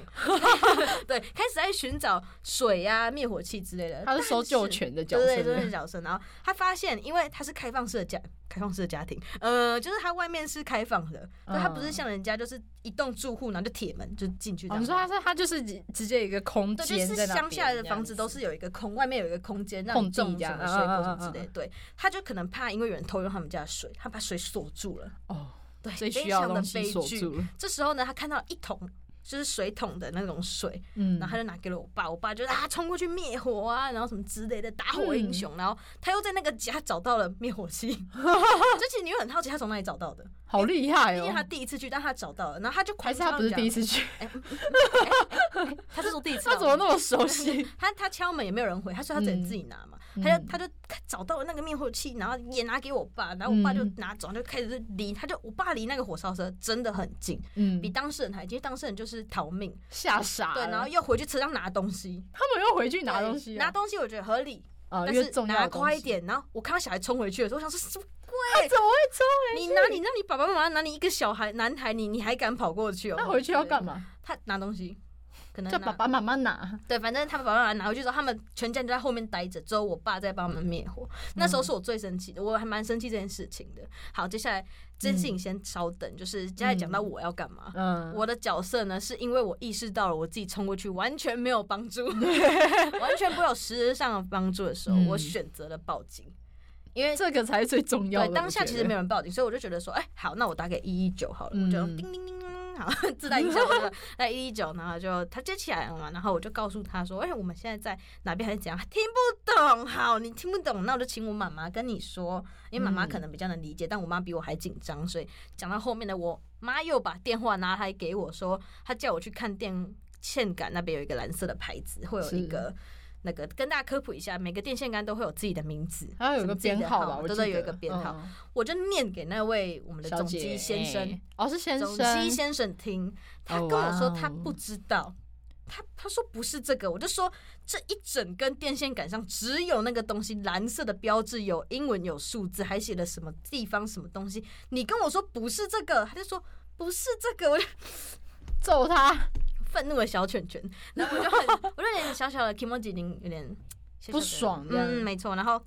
Speaker 1: 对，开始在寻找水呀、灭火器之类的。
Speaker 2: 他是搜救
Speaker 1: 但
Speaker 2: 犬的角
Speaker 1: 对
Speaker 2: 色，
Speaker 1: 对，就是角色。然后他发现，因为他是开放式的家，开放式的家庭，呃，就是他外面是开放的，
Speaker 2: 嗯
Speaker 1: 就他不是像人家就是一栋住户，然后就铁门就进去这
Speaker 2: 哦
Speaker 1: 样
Speaker 2: 你说他是他就是直直接有一个空
Speaker 1: 对，
Speaker 2: 间
Speaker 1: 就
Speaker 2: 在那
Speaker 1: 是
Speaker 2: 边
Speaker 1: 乡下的
Speaker 2: 这样
Speaker 1: 房子都
Speaker 2: 子
Speaker 1: 是有一个空，外面有一个空间让
Speaker 2: 空
Speaker 1: 你
Speaker 2: 地
Speaker 1: 种
Speaker 2: 这
Speaker 1: 什
Speaker 2: 样
Speaker 1: 么水果
Speaker 2: 嗯嗯
Speaker 1: 什
Speaker 2: 嗯
Speaker 1: 么之类的。对，他就可能怕因为有人偷用他们家的水，他把水锁住了。
Speaker 2: 哦，
Speaker 1: 对，
Speaker 2: 最
Speaker 1: 非
Speaker 2: 需要
Speaker 1: 常
Speaker 2: 的
Speaker 1: 的
Speaker 2: 东西
Speaker 1: 悲
Speaker 2: 锁
Speaker 1: 剧。
Speaker 2: 住了，
Speaker 1: 这时候呢，他看到一桶就是水桶的那种水，
Speaker 2: 嗯
Speaker 1: 然后他就拿给了我爸，我爸就啊冲过去灭火啊，然后什么之类的打火
Speaker 2: 嗯
Speaker 1: 英雄，然后他又在那个家找到了灭火 器，就其实你会很好奇他从哪里找到的，
Speaker 2: 好厉害
Speaker 1: 因为
Speaker 2: 哦
Speaker 1: 他，第一次去，但他找到了，然后他就
Speaker 2: 还
Speaker 1: 狂
Speaker 2: 是他不是第一
Speaker 1: 次，
Speaker 2: 次去， 嗯
Speaker 1: 他是说第一次啊，
Speaker 2: 他怎么那嗯么熟悉？
Speaker 1: 他他敲门也没有人回，他说他只能自己拿嘛，他就
Speaker 2: 嗯
Speaker 1: 他就找到了那个灭火器，然后也拿给我爸，然后我爸就
Speaker 2: 嗯
Speaker 1: 拿走，就开始就离，他就我爸离那个火烧车真的很近，
Speaker 2: 嗯
Speaker 1: 比，当事人还近，因为当事人就是逃命，
Speaker 2: 吓傻
Speaker 1: 对，
Speaker 2: 了，
Speaker 1: 然后又回去车上拿东西，
Speaker 2: 他们又回去 拿东西
Speaker 1: 对
Speaker 2: 啊，
Speaker 1: 拿东西我觉得合理，
Speaker 2: 啊，
Speaker 1: 但
Speaker 2: 越
Speaker 1: 是
Speaker 2: 重要
Speaker 1: 拿
Speaker 2: 的东
Speaker 1: 快
Speaker 2: 西
Speaker 1: 一，点。然后我看到小孩冲回去的时候，我想说什么
Speaker 2: 他怎么会冲？
Speaker 1: 你拿你让你爸爸妈妈拿你一个小孩男孩，你你还敢跑过去哦？
Speaker 2: 那回去要干
Speaker 1: 嘛？
Speaker 2: 嘛？
Speaker 1: 他拿东西，可能
Speaker 2: 叫
Speaker 1: 拿
Speaker 2: 爸爸妈妈拿。
Speaker 1: 对，反正他们爸爸妈妈拿回去之后，他们全家人就在后面待着，只有我爸在帮我们灭火。那时候是我最生气的，我还蛮生气这件事情的。好，接下来这件事情先稍等，就是接下来讲到我要干嘛。
Speaker 2: 嗯，
Speaker 1: 我的角色呢，是因为我意识到了我自己冲过去完全没有帮助，完全不有实质上的帮助的时候，
Speaker 2: 嗯
Speaker 1: 我选择了报警，因为。
Speaker 2: 这个才是最重要
Speaker 1: 对
Speaker 2: 的。，
Speaker 1: 当下其实没
Speaker 2: 有，
Speaker 1: 有人报警，所以我就觉得说，哎、好，那我打给一一九好了，我就
Speaker 2: 嗯
Speaker 1: 叮叮叮叮，好，自带音效，我就 打一一九，然后就他接起来了嘛，然后我就告诉他说，哎、我们现在在哪边还是怎样，他听不懂，好，你听不懂，那我就请我妈妈跟你说，因为妈妈
Speaker 2: 嗯
Speaker 1: 可能比较能理解，但我妈比我还紧张，所以讲到后面的我妈又把电话拿来给我说，她叫我去看电线杆那边有一个蓝色的牌子，会有
Speaker 2: 是
Speaker 1: 一个。那个跟大家科普一下，每个电线杆都会有自己的名字，
Speaker 2: 还要有
Speaker 1: 什
Speaker 2: 个
Speaker 1: 么自己的
Speaker 2: 编号
Speaker 1: 码
Speaker 2: 吧？我记
Speaker 1: 对对，
Speaker 2: 得
Speaker 1: 有一个编号。，
Speaker 2: 嗯
Speaker 1: 我就念给那位我们的
Speaker 2: 小
Speaker 1: 总
Speaker 2: 姐
Speaker 1: 机先生，
Speaker 2: 哎哦，是先
Speaker 1: 总
Speaker 2: 生，
Speaker 1: 机先生听，他
Speaker 2: 哦
Speaker 1: 跟我
Speaker 2: 哇
Speaker 1: 说
Speaker 2: 哦
Speaker 1: 他不知道，他他说不是这个，我就说这一整根电线杆上只有那个东西，蓝色的标志有英文有数字，还写了什么地方什么东西，你跟我说不是这个，他就说不是这个，我就
Speaker 2: 揍他，
Speaker 1: 愤怒的小犬 犬，然后我就很，我就有点小小的 emoji 已经有点小小的
Speaker 2: 不爽这样
Speaker 1: 嗯，没错，然后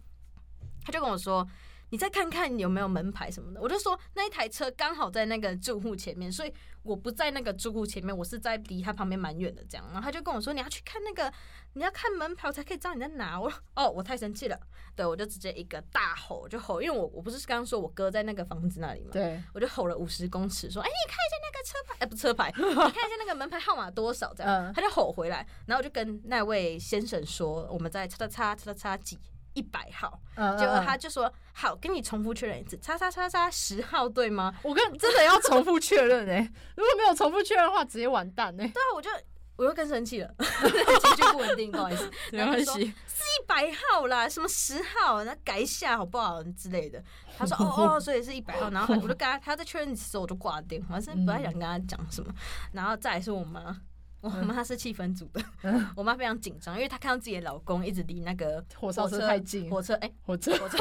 Speaker 1: 他就跟我说。你再看看有没有门牌什么的。”我就说那一台车刚好在那个住户前面，所以我不在那个住户前面，我是在离他旁边蛮远的这样。然后他就跟我说：“你要去看那个，你要看门牌，我才可以知道你在哪。”我说：“哦，我太生气了，对我就直接一个大吼，我就吼，因为我我不是刚刚说我哥在那个房子那里嘛，
Speaker 2: 对，
Speaker 1: 我就吼了五十公尺，说：“哎、你看一下那个车牌，哎、不车牌，你看一下那个门牌号码多少？”这样，
Speaker 2: 嗯
Speaker 1: 他就吼回来，然后我就跟那位先生说：“我们在叉叉叉叉叉几一百号。”
Speaker 2: 嗯
Speaker 1: 结果
Speaker 2: 嗯
Speaker 1: 他就说：“好，跟你重复确认一次，叉叉叉叉十号对吗
Speaker 2: 我跟真的要重复确认 哎、如果没有重复确认的话，直接完蛋哎、？”
Speaker 1: 对啊，我就我又更生气了， 情绪不稳定，不好意思，
Speaker 2: 没关系，
Speaker 1: 一百号啦，什么十号，那改一下好不好之 类的。他说哦哦，所以是一百号，然后我就跟他，他在确认之后我就挂电话，真的不太想跟他讲什么。然后再来是我妈，我妈是气氛组的，
Speaker 2: 嗯
Speaker 1: 我妈非常紧张，因为她看到自己的老公一直离那个
Speaker 2: 火烧车太近，
Speaker 1: 火车，哎、
Speaker 2: 火车
Speaker 1: 火车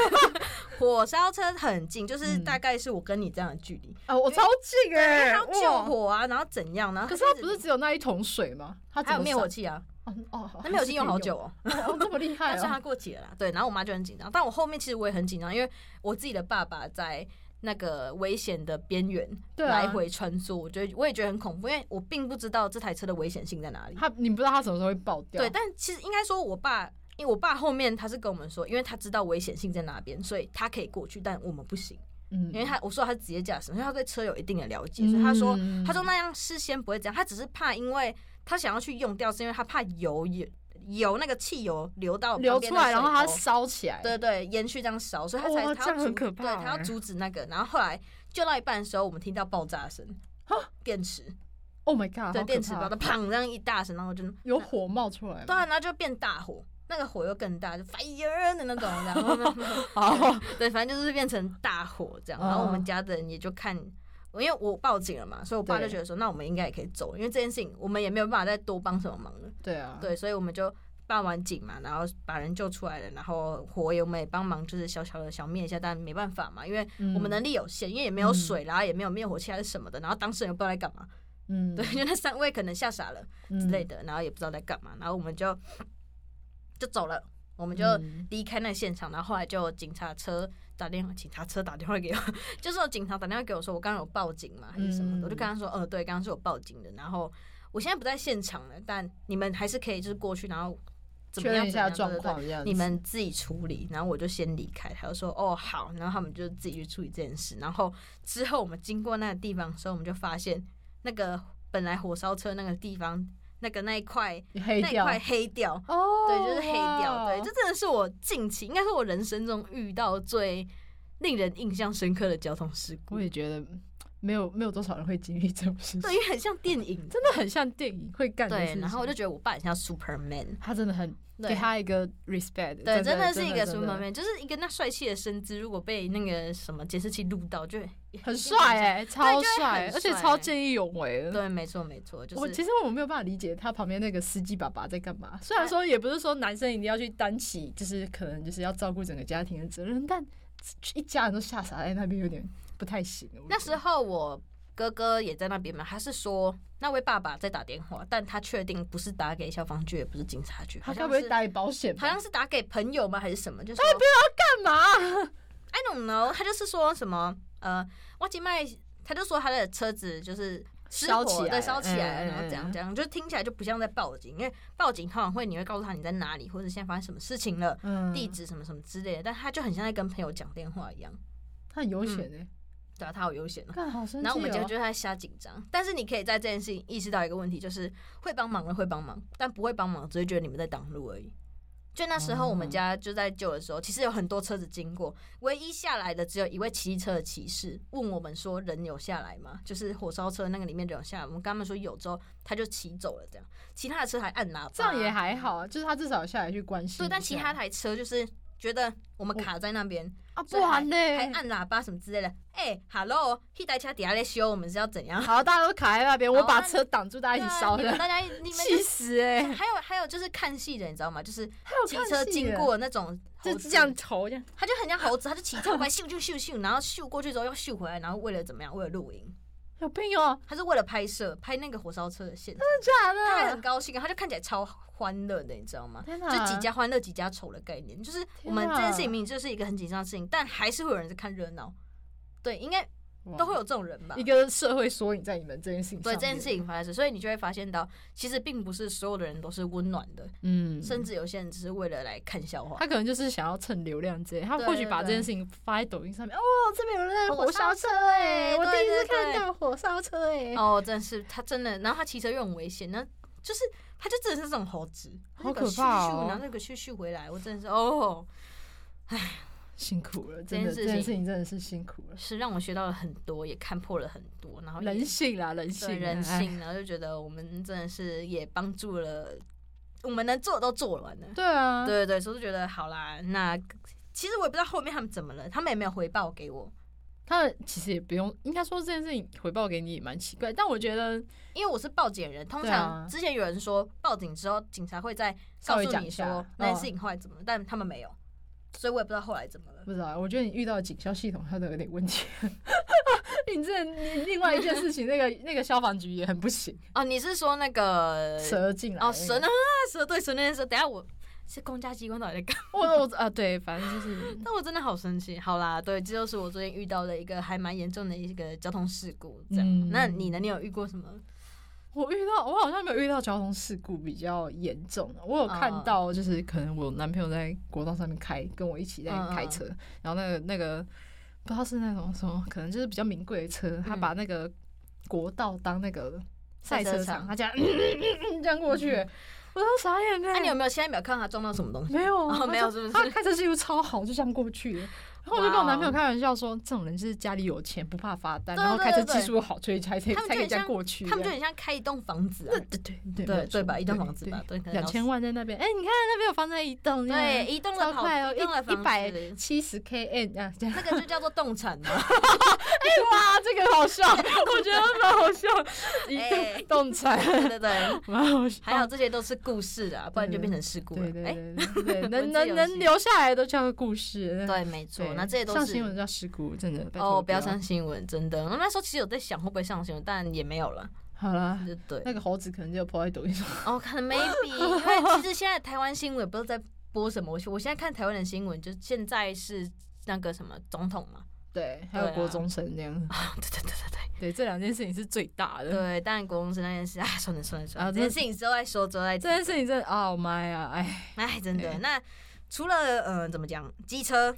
Speaker 1: 火烧车很近，就是大概是我跟你这样的距离，
Speaker 2: 啊，我超近
Speaker 1: 因为
Speaker 2: 哎、
Speaker 1: 她要救
Speaker 2: 嗯哇！
Speaker 1: 火啊，然后怎样，然后
Speaker 2: 可是它
Speaker 1: 一直
Speaker 2: 不是只有那一桶水吗？它
Speaker 1: 还有灭火
Speaker 2: 器
Speaker 1: 器啊，
Speaker 2: 哦哦，
Speaker 1: 那灭火器用好久哦。
Speaker 2: 还是可以用哦，这么厉害
Speaker 1: 但是
Speaker 2: 啊！
Speaker 1: 他过期了啦，对，然后我妈就很紧张，但我后面其实我也很紧张，因为我自己的爸爸在那个危险的边缘
Speaker 2: 对啊
Speaker 1: 来回穿梭，我觉得我也觉得很恐怖，因为我并不知道这台车的危险性在哪里。
Speaker 2: 它你不知道它什么时候会爆掉，
Speaker 1: 对，但其实应该说我爸。因为我爸后面他是跟我们说，因为他知道危险性在哪边，所以他可以过去，但我们不行。
Speaker 2: 嗯
Speaker 1: 因为他我说他是职业驾驶，所以他对车有一定的了解，所以他说
Speaker 2: 嗯
Speaker 1: 他说那样事先不会这样，他只是怕，因为他想要去用掉，是因为他怕油也油那个汽油流到
Speaker 2: 流
Speaker 1: 旁边
Speaker 2: 出
Speaker 1: 的
Speaker 2: 来，然后它
Speaker 1: 水沟
Speaker 2: 烧起来，
Speaker 1: 对对，烟去这样烧，所以他才、
Speaker 2: 哇
Speaker 1: 他
Speaker 2: 这
Speaker 1: 要
Speaker 2: 样很
Speaker 1: 阻
Speaker 2: 可怕
Speaker 1: 对，他
Speaker 2: 欸
Speaker 1: 要阻止那个。然后后来救到一半的时候，我们听到爆炸声
Speaker 2: 哈，
Speaker 1: 电池
Speaker 2: ，Oh my god，好
Speaker 1: 对
Speaker 2: 可
Speaker 1: 电池爆
Speaker 2: 怕嗯
Speaker 1: 炸，砰这样一大声，然后就
Speaker 2: 有火冒出来吗，
Speaker 1: 对啊，然后就变大火，那个火又更大，就 fire 的那种，然后呢，
Speaker 2: 好，
Speaker 1: 对，反正就是变成大火这样。然后我们
Speaker 2: 嗯
Speaker 1: 家的人也就看。我因为我报警了嘛，所以我爸就
Speaker 2: 对
Speaker 1: 觉得说，那我们应该也可以走，因为这件事情我们也没有办法再多帮什么忙了。
Speaker 2: 对啊，
Speaker 1: 对，所以我们就办完警嘛，然后把人救出来了，然后火也我们也帮忙，就是小小的小灭一下，但没办法嘛，因为
Speaker 2: 嗯，
Speaker 1: 我们能力有限，因为也没有水啦，也没有灭火器还是什么的，然后当事人也不知道在干嘛，
Speaker 2: 嗯
Speaker 1: 对，就那三位可能吓傻了 之
Speaker 2: 之
Speaker 1: 类的，然后也不知道在干嘛，然后我们就就走了，我们就
Speaker 2: 嗯
Speaker 1: 离开那个现场，然后后来就警察车打电话，警察车打电话给我， 就是有警察打电话给我说我刚刚有报警嘛还是什么的，
Speaker 2: 嗯
Speaker 1: 我就跟他说，呃，对，刚刚是有报警的，然后我现在不在现场了，但你们还是可以就是过去，然后怎么
Speaker 2: 确
Speaker 1: 样
Speaker 2: 认一
Speaker 1: 怎么样
Speaker 2: 下状
Speaker 1: 对对对
Speaker 2: 况这样子，
Speaker 1: 你们自己处理，然后我就先离开。他就说哦好，然后他们就自己去处理这件事。然后之后我们经过那个地方的时候，我们就发现那个本来火烧车那个地方，那个那一块
Speaker 2: 黑
Speaker 1: 那一
Speaker 2: 掉
Speaker 1: 块黑掉，
Speaker 2: 哦，
Speaker 1: 对，就是黑掉。
Speaker 2: 哇
Speaker 1: 对，这真的是我近期应该是我人生中遇到最令人印象深刻的交通事故
Speaker 2: 我。也觉得没有没有多少人会经历这种事情
Speaker 1: 对，，因为很像电影。
Speaker 2: 真的很像电影会干的事
Speaker 1: 对，
Speaker 2: 情。
Speaker 1: 然后我就觉得我爸很像 Superman，
Speaker 2: 他真的很给
Speaker 1: 对，
Speaker 2: 他一个 respect，
Speaker 1: 对，真的是一个
Speaker 2: 真的
Speaker 1: Superman，就是一个那帅气的身姿，如果被那个什么监视器录到，就会
Speaker 2: 很帅哎、超帅，
Speaker 1: 对
Speaker 2: 而
Speaker 1: 就会很帅欸
Speaker 2: 且超见义勇为。
Speaker 1: 对，没错没错，就
Speaker 2: 我
Speaker 1: 是
Speaker 2: 其实我没有办法理解他旁边那个司机爸爸在干嘛。虽然说也不是说男生一定要去担起，就是可能就是要照顾整个家庭的责任，但一家人都吓傻在那边有点不太行。我觉得
Speaker 1: 那时候我哥哥也在那边嘛，他是说那位爸爸在打电话，但他确定不是打给消防局，也不是警察局，
Speaker 2: 他
Speaker 1: 好
Speaker 2: 该
Speaker 1: 像
Speaker 2: 不会
Speaker 1: 是
Speaker 2: 打你保险吧？
Speaker 1: 好像是打给朋友吗还是什么？就是说
Speaker 2: 干嘛？
Speaker 1: I don't know，他就是说什么呃，我姐妹，他就说他的车子就是。失
Speaker 2: 烧
Speaker 1: 火
Speaker 2: 起来
Speaker 1: 对，烧起来
Speaker 2: 嗯嗯
Speaker 1: 了，然后怎样
Speaker 2: 嗯
Speaker 1: 怎样，就听起来就不像在报警，因为报警通常会你会告诉他你在哪里，或者现在发生什么事情了，
Speaker 2: 嗯
Speaker 1: 地址什么什么之类的，但他就很像在跟朋友讲电话一样，
Speaker 2: 他很悠闲哎，
Speaker 1: 对啊，他好悠闲哦。
Speaker 2: 干好生气哦。
Speaker 1: 然后我们就就在瞎紧张，但是你可以在这件事情意识到一个问题，就是会帮忙的会帮忙，但不会帮忙只会觉得你们在挡路而已。就那时候
Speaker 2: 哦
Speaker 1: 我们家就在救的时候，其实有很多车子经过，唯一下来的只有一位骑车的骑士问我们说人有下来吗？就是火烧车那个里面人有下来，我们跟他们说有之后他就骑走了，这样其他的车还按喇叭，嗯
Speaker 2: 这样也还好啊，就是他至少有下来去关心一下。
Speaker 1: 对，但其他台车就是觉得我们
Speaker 2: 我
Speaker 1: 卡在那边，
Speaker 2: 啊，不
Speaker 1: 所以还
Speaker 2: 然呢？
Speaker 1: 还按喇叭什么之类的。哎、h e l l o 那台车底下在修，我们是要怎样？
Speaker 2: 好，大家都卡在那边，
Speaker 1: 好啊
Speaker 2: 我把车挡住，大家
Speaker 1: 对
Speaker 2: 一
Speaker 1: 啊
Speaker 2: 起烧
Speaker 1: 你
Speaker 2: 的
Speaker 1: 们，大家一 你们
Speaker 2: 气死哎！
Speaker 1: 还有还有就是看戏的，你知道吗？就是
Speaker 2: 还有
Speaker 1: 骑
Speaker 2: 看
Speaker 1: 车
Speaker 2: 戏
Speaker 1: 经
Speaker 2: 耶，
Speaker 1: 过那种猴
Speaker 2: 就
Speaker 1: 子
Speaker 2: 这样，头这样，
Speaker 1: 他就很像猴子，他就骑车过来咻咻咻咻，然后咻过去之后又咻回来，然后为了怎么样？为了露营，
Speaker 2: 有病哦、
Speaker 1: 他是为了拍摄拍那个火烧车的现场，
Speaker 2: 真
Speaker 1: 他还
Speaker 2: 的假
Speaker 1: 很？高兴啊，他就看起来超欢乐的，你啊知道吗？
Speaker 2: 天
Speaker 1: 就几家欢乐几家愁的概念，就是我们
Speaker 2: 啊天
Speaker 1: 这
Speaker 2: 啊
Speaker 1: 件事情明明就是一个很紧张的事情，但还是会有人在看热闹。对，应该都会有这种人吧
Speaker 2: 一？个社会缩影在你们这件事情上
Speaker 1: 对
Speaker 2: 面。
Speaker 1: 这件事情发生，所以你就会发现到，其实并不是所有的人都是温暖的，
Speaker 2: 嗯，
Speaker 1: 甚至有些人只是为了来看笑话。
Speaker 2: 他可能就是想要蹭流量之类，他
Speaker 1: 对
Speaker 2: 或许
Speaker 1: 对
Speaker 2: 把这
Speaker 1: 对
Speaker 2: 件事情发在抖音上面。哦，这边有人在
Speaker 1: 火
Speaker 2: 火烧
Speaker 1: 烧
Speaker 2: 车
Speaker 1: 车
Speaker 2: 哎、
Speaker 1: 欸
Speaker 2: 我第
Speaker 1: 对
Speaker 2: 一次
Speaker 1: 对
Speaker 2: 看
Speaker 1: 对
Speaker 2: 到火烧车哎、
Speaker 1: 哦，真的是他真的，然后他骑车又很危险，那就是他就真的是这种猴子，
Speaker 2: 好可怕哦
Speaker 1: 然后那个咻咻回来，我真的是哦，
Speaker 2: 辛苦了，
Speaker 1: 这
Speaker 2: 真
Speaker 1: 件
Speaker 2: 的这
Speaker 1: 事
Speaker 2: 件
Speaker 1: 情
Speaker 2: 事情真的是辛苦了，
Speaker 1: 是让我学到了很多，也看破了很多，然后也
Speaker 2: 人性啦，人
Speaker 1: 对
Speaker 2: 性，
Speaker 1: 人
Speaker 2: 哎。
Speaker 1: 性，然后就觉得我们真的是也帮助了，我们能做的都做完了。
Speaker 2: 对啊，
Speaker 1: 对对对，所以就觉得好啦，那其实我也不知道后面他们怎么了，他们也没有回报给我，
Speaker 2: 他其实也不用，应该说这件事情回报给你也蛮奇怪，但我觉得
Speaker 1: 因为我是报警人，通
Speaker 2: 对
Speaker 1: 常
Speaker 2: 啊
Speaker 1: 之前有人说报警之后，警察会再
Speaker 2: 稍
Speaker 1: 告
Speaker 2: 微
Speaker 1: 诉
Speaker 2: 讲
Speaker 1: 你
Speaker 2: 一下嗯
Speaker 1: 说那件事情后来怎么了，但他们没有，所以我也不知道后来怎么了。
Speaker 2: 不知道，我觉得你遇到的警消系统它都有点问 题。你这你另外一件事情，那个那个消防局也很不 行，
Speaker 1: 哦，你是说那个
Speaker 2: 蛇进来那
Speaker 1: 哦
Speaker 2: 个
Speaker 1: 蛇呢？蛇对蛇那件事，等一下我是公家机关到底在干嘛？
Speaker 2: 我我啊，对，反正就是
Speaker 1: 但我真的好生气。好啦，对，这就是我最近遇到的一个还蛮严重的一个交通事故。这样，
Speaker 2: 嗯
Speaker 1: 那你呢？你有遇过什么？
Speaker 2: 我遇到我好像没有遇到交通事故比较严重的，我有看
Speaker 1: 嗯
Speaker 2: 到就是可能我男朋友在国道上面开，跟我一起在开车，
Speaker 1: 嗯
Speaker 2: 然后那个那个不知道是那种什么，可能就是比较名贵的车，他
Speaker 1: 嗯
Speaker 2: 把那个国道当那个赛
Speaker 1: 赛车
Speaker 2: 车
Speaker 1: 场
Speaker 2: 场，他这样 这样过去，我都傻眼了、
Speaker 1: 那、啊你有没有现在没有看到他撞到什么东西？
Speaker 2: 没有啊，
Speaker 1: 哦
Speaker 2: 他
Speaker 1: 没有是不是
Speaker 2: 他开车技术超好，就这样过去了。然后我就跟我男朋
Speaker 1: 哇
Speaker 2: 友
Speaker 1: 哦
Speaker 2: 开玩笑说，这种人就是家里有钱不怕罚单，
Speaker 1: 对
Speaker 2: 然后
Speaker 1: 对
Speaker 2: 开车
Speaker 1: 对对
Speaker 2: 技术好，所以才可以
Speaker 1: 他们
Speaker 2: 才
Speaker 1: 就
Speaker 2: 可以
Speaker 1: 很
Speaker 2: 这样
Speaker 1: 像
Speaker 2: 过去。
Speaker 1: 他们
Speaker 2: 这
Speaker 1: 就
Speaker 2: 样
Speaker 1: 很像开一栋房子啊，
Speaker 2: 对对对没有
Speaker 1: 对对
Speaker 2: 错
Speaker 1: 吧？一栋
Speaker 2: 对
Speaker 1: 房子
Speaker 2: 对
Speaker 1: 吧，对，可能
Speaker 2: 两
Speaker 1: 要
Speaker 2: 千万在那边，哎、你看那边有房子在移动，这
Speaker 1: 对，
Speaker 2: 样，
Speaker 1: 移动的
Speaker 2: 超
Speaker 1: 跑，
Speaker 2: 快哦
Speaker 1: 移动的
Speaker 2: 一
Speaker 1: 房
Speaker 2: 一百
Speaker 1: 子，
Speaker 2: 七十 km 啊，这样，
Speaker 1: 那个就叫做动产啊嘛。哎
Speaker 2: 哇，这个好笑， 我觉得蛮好笑，移
Speaker 1: 哎
Speaker 2: 动动产
Speaker 1: 对 对 对，
Speaker 2: 蛮好笑，
Speaker 1: 还有这些都是故事啊，不然就变成事故了
Speaker 2: 对。对
Speaker 1: 哎，
Speaker 2: 对对，
Speaker 1: 文
Speaker 2: 能
Speaker 1: 字
Speaker 2: 能
Speaker 1: 游戏
Speaker 2: 能留下来都叫故事，
Speaker 1: 对，没错，那这些都
Speaker 2: 上新
Speaker 1: 是
Speaker 2: 闻叫事故，真的拜托
Speaker 1: 哦，不要
Speaker 2: 上
Speaker 1: 上新闻，真的。那时候其实有在想会不会上新闻，但也没有了，
Speaker 2: 好啦，
Speaker 1: 就对。
Speaker 2: 那个猴子可能就抛在抖音上。
Speaker 1: 哦，可能 maybe，因为其实现在台湾新闻也不知道在播什么，我我现在看台湾的新闻，就现在是那个什么总统嘛，
Speaker 2: 对，还
Speaker 1: 对
Speaker 2: 有
Speaker 1: 啊
Speaker 2: 国中生这 样。
Speaker 1: 对对对对
Speaker 2: 对，这两件事情是最大
Speaker 1: 对
Speaker 2: 的。
Speaker 1: 对，但国公司那件事，啊，算了算了算了，
Speaker 2: 嗯啊
Speaker 1: 这件事情之后再说，之后再
Speaker 2: 这件事情真的，哦妈呀，哎，
Speaker 1: 哎，真的
Speaker 2: 对。
Speaker 1: 那除了呃，怎么讲，机车、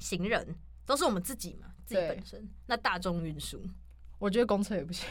Speaker 1: 行人都是我们自己嘛，自己
Speaker 2: 对
Speaker 1: 本身。那大众运输，
Speaker 2: 我觉得公车也不行。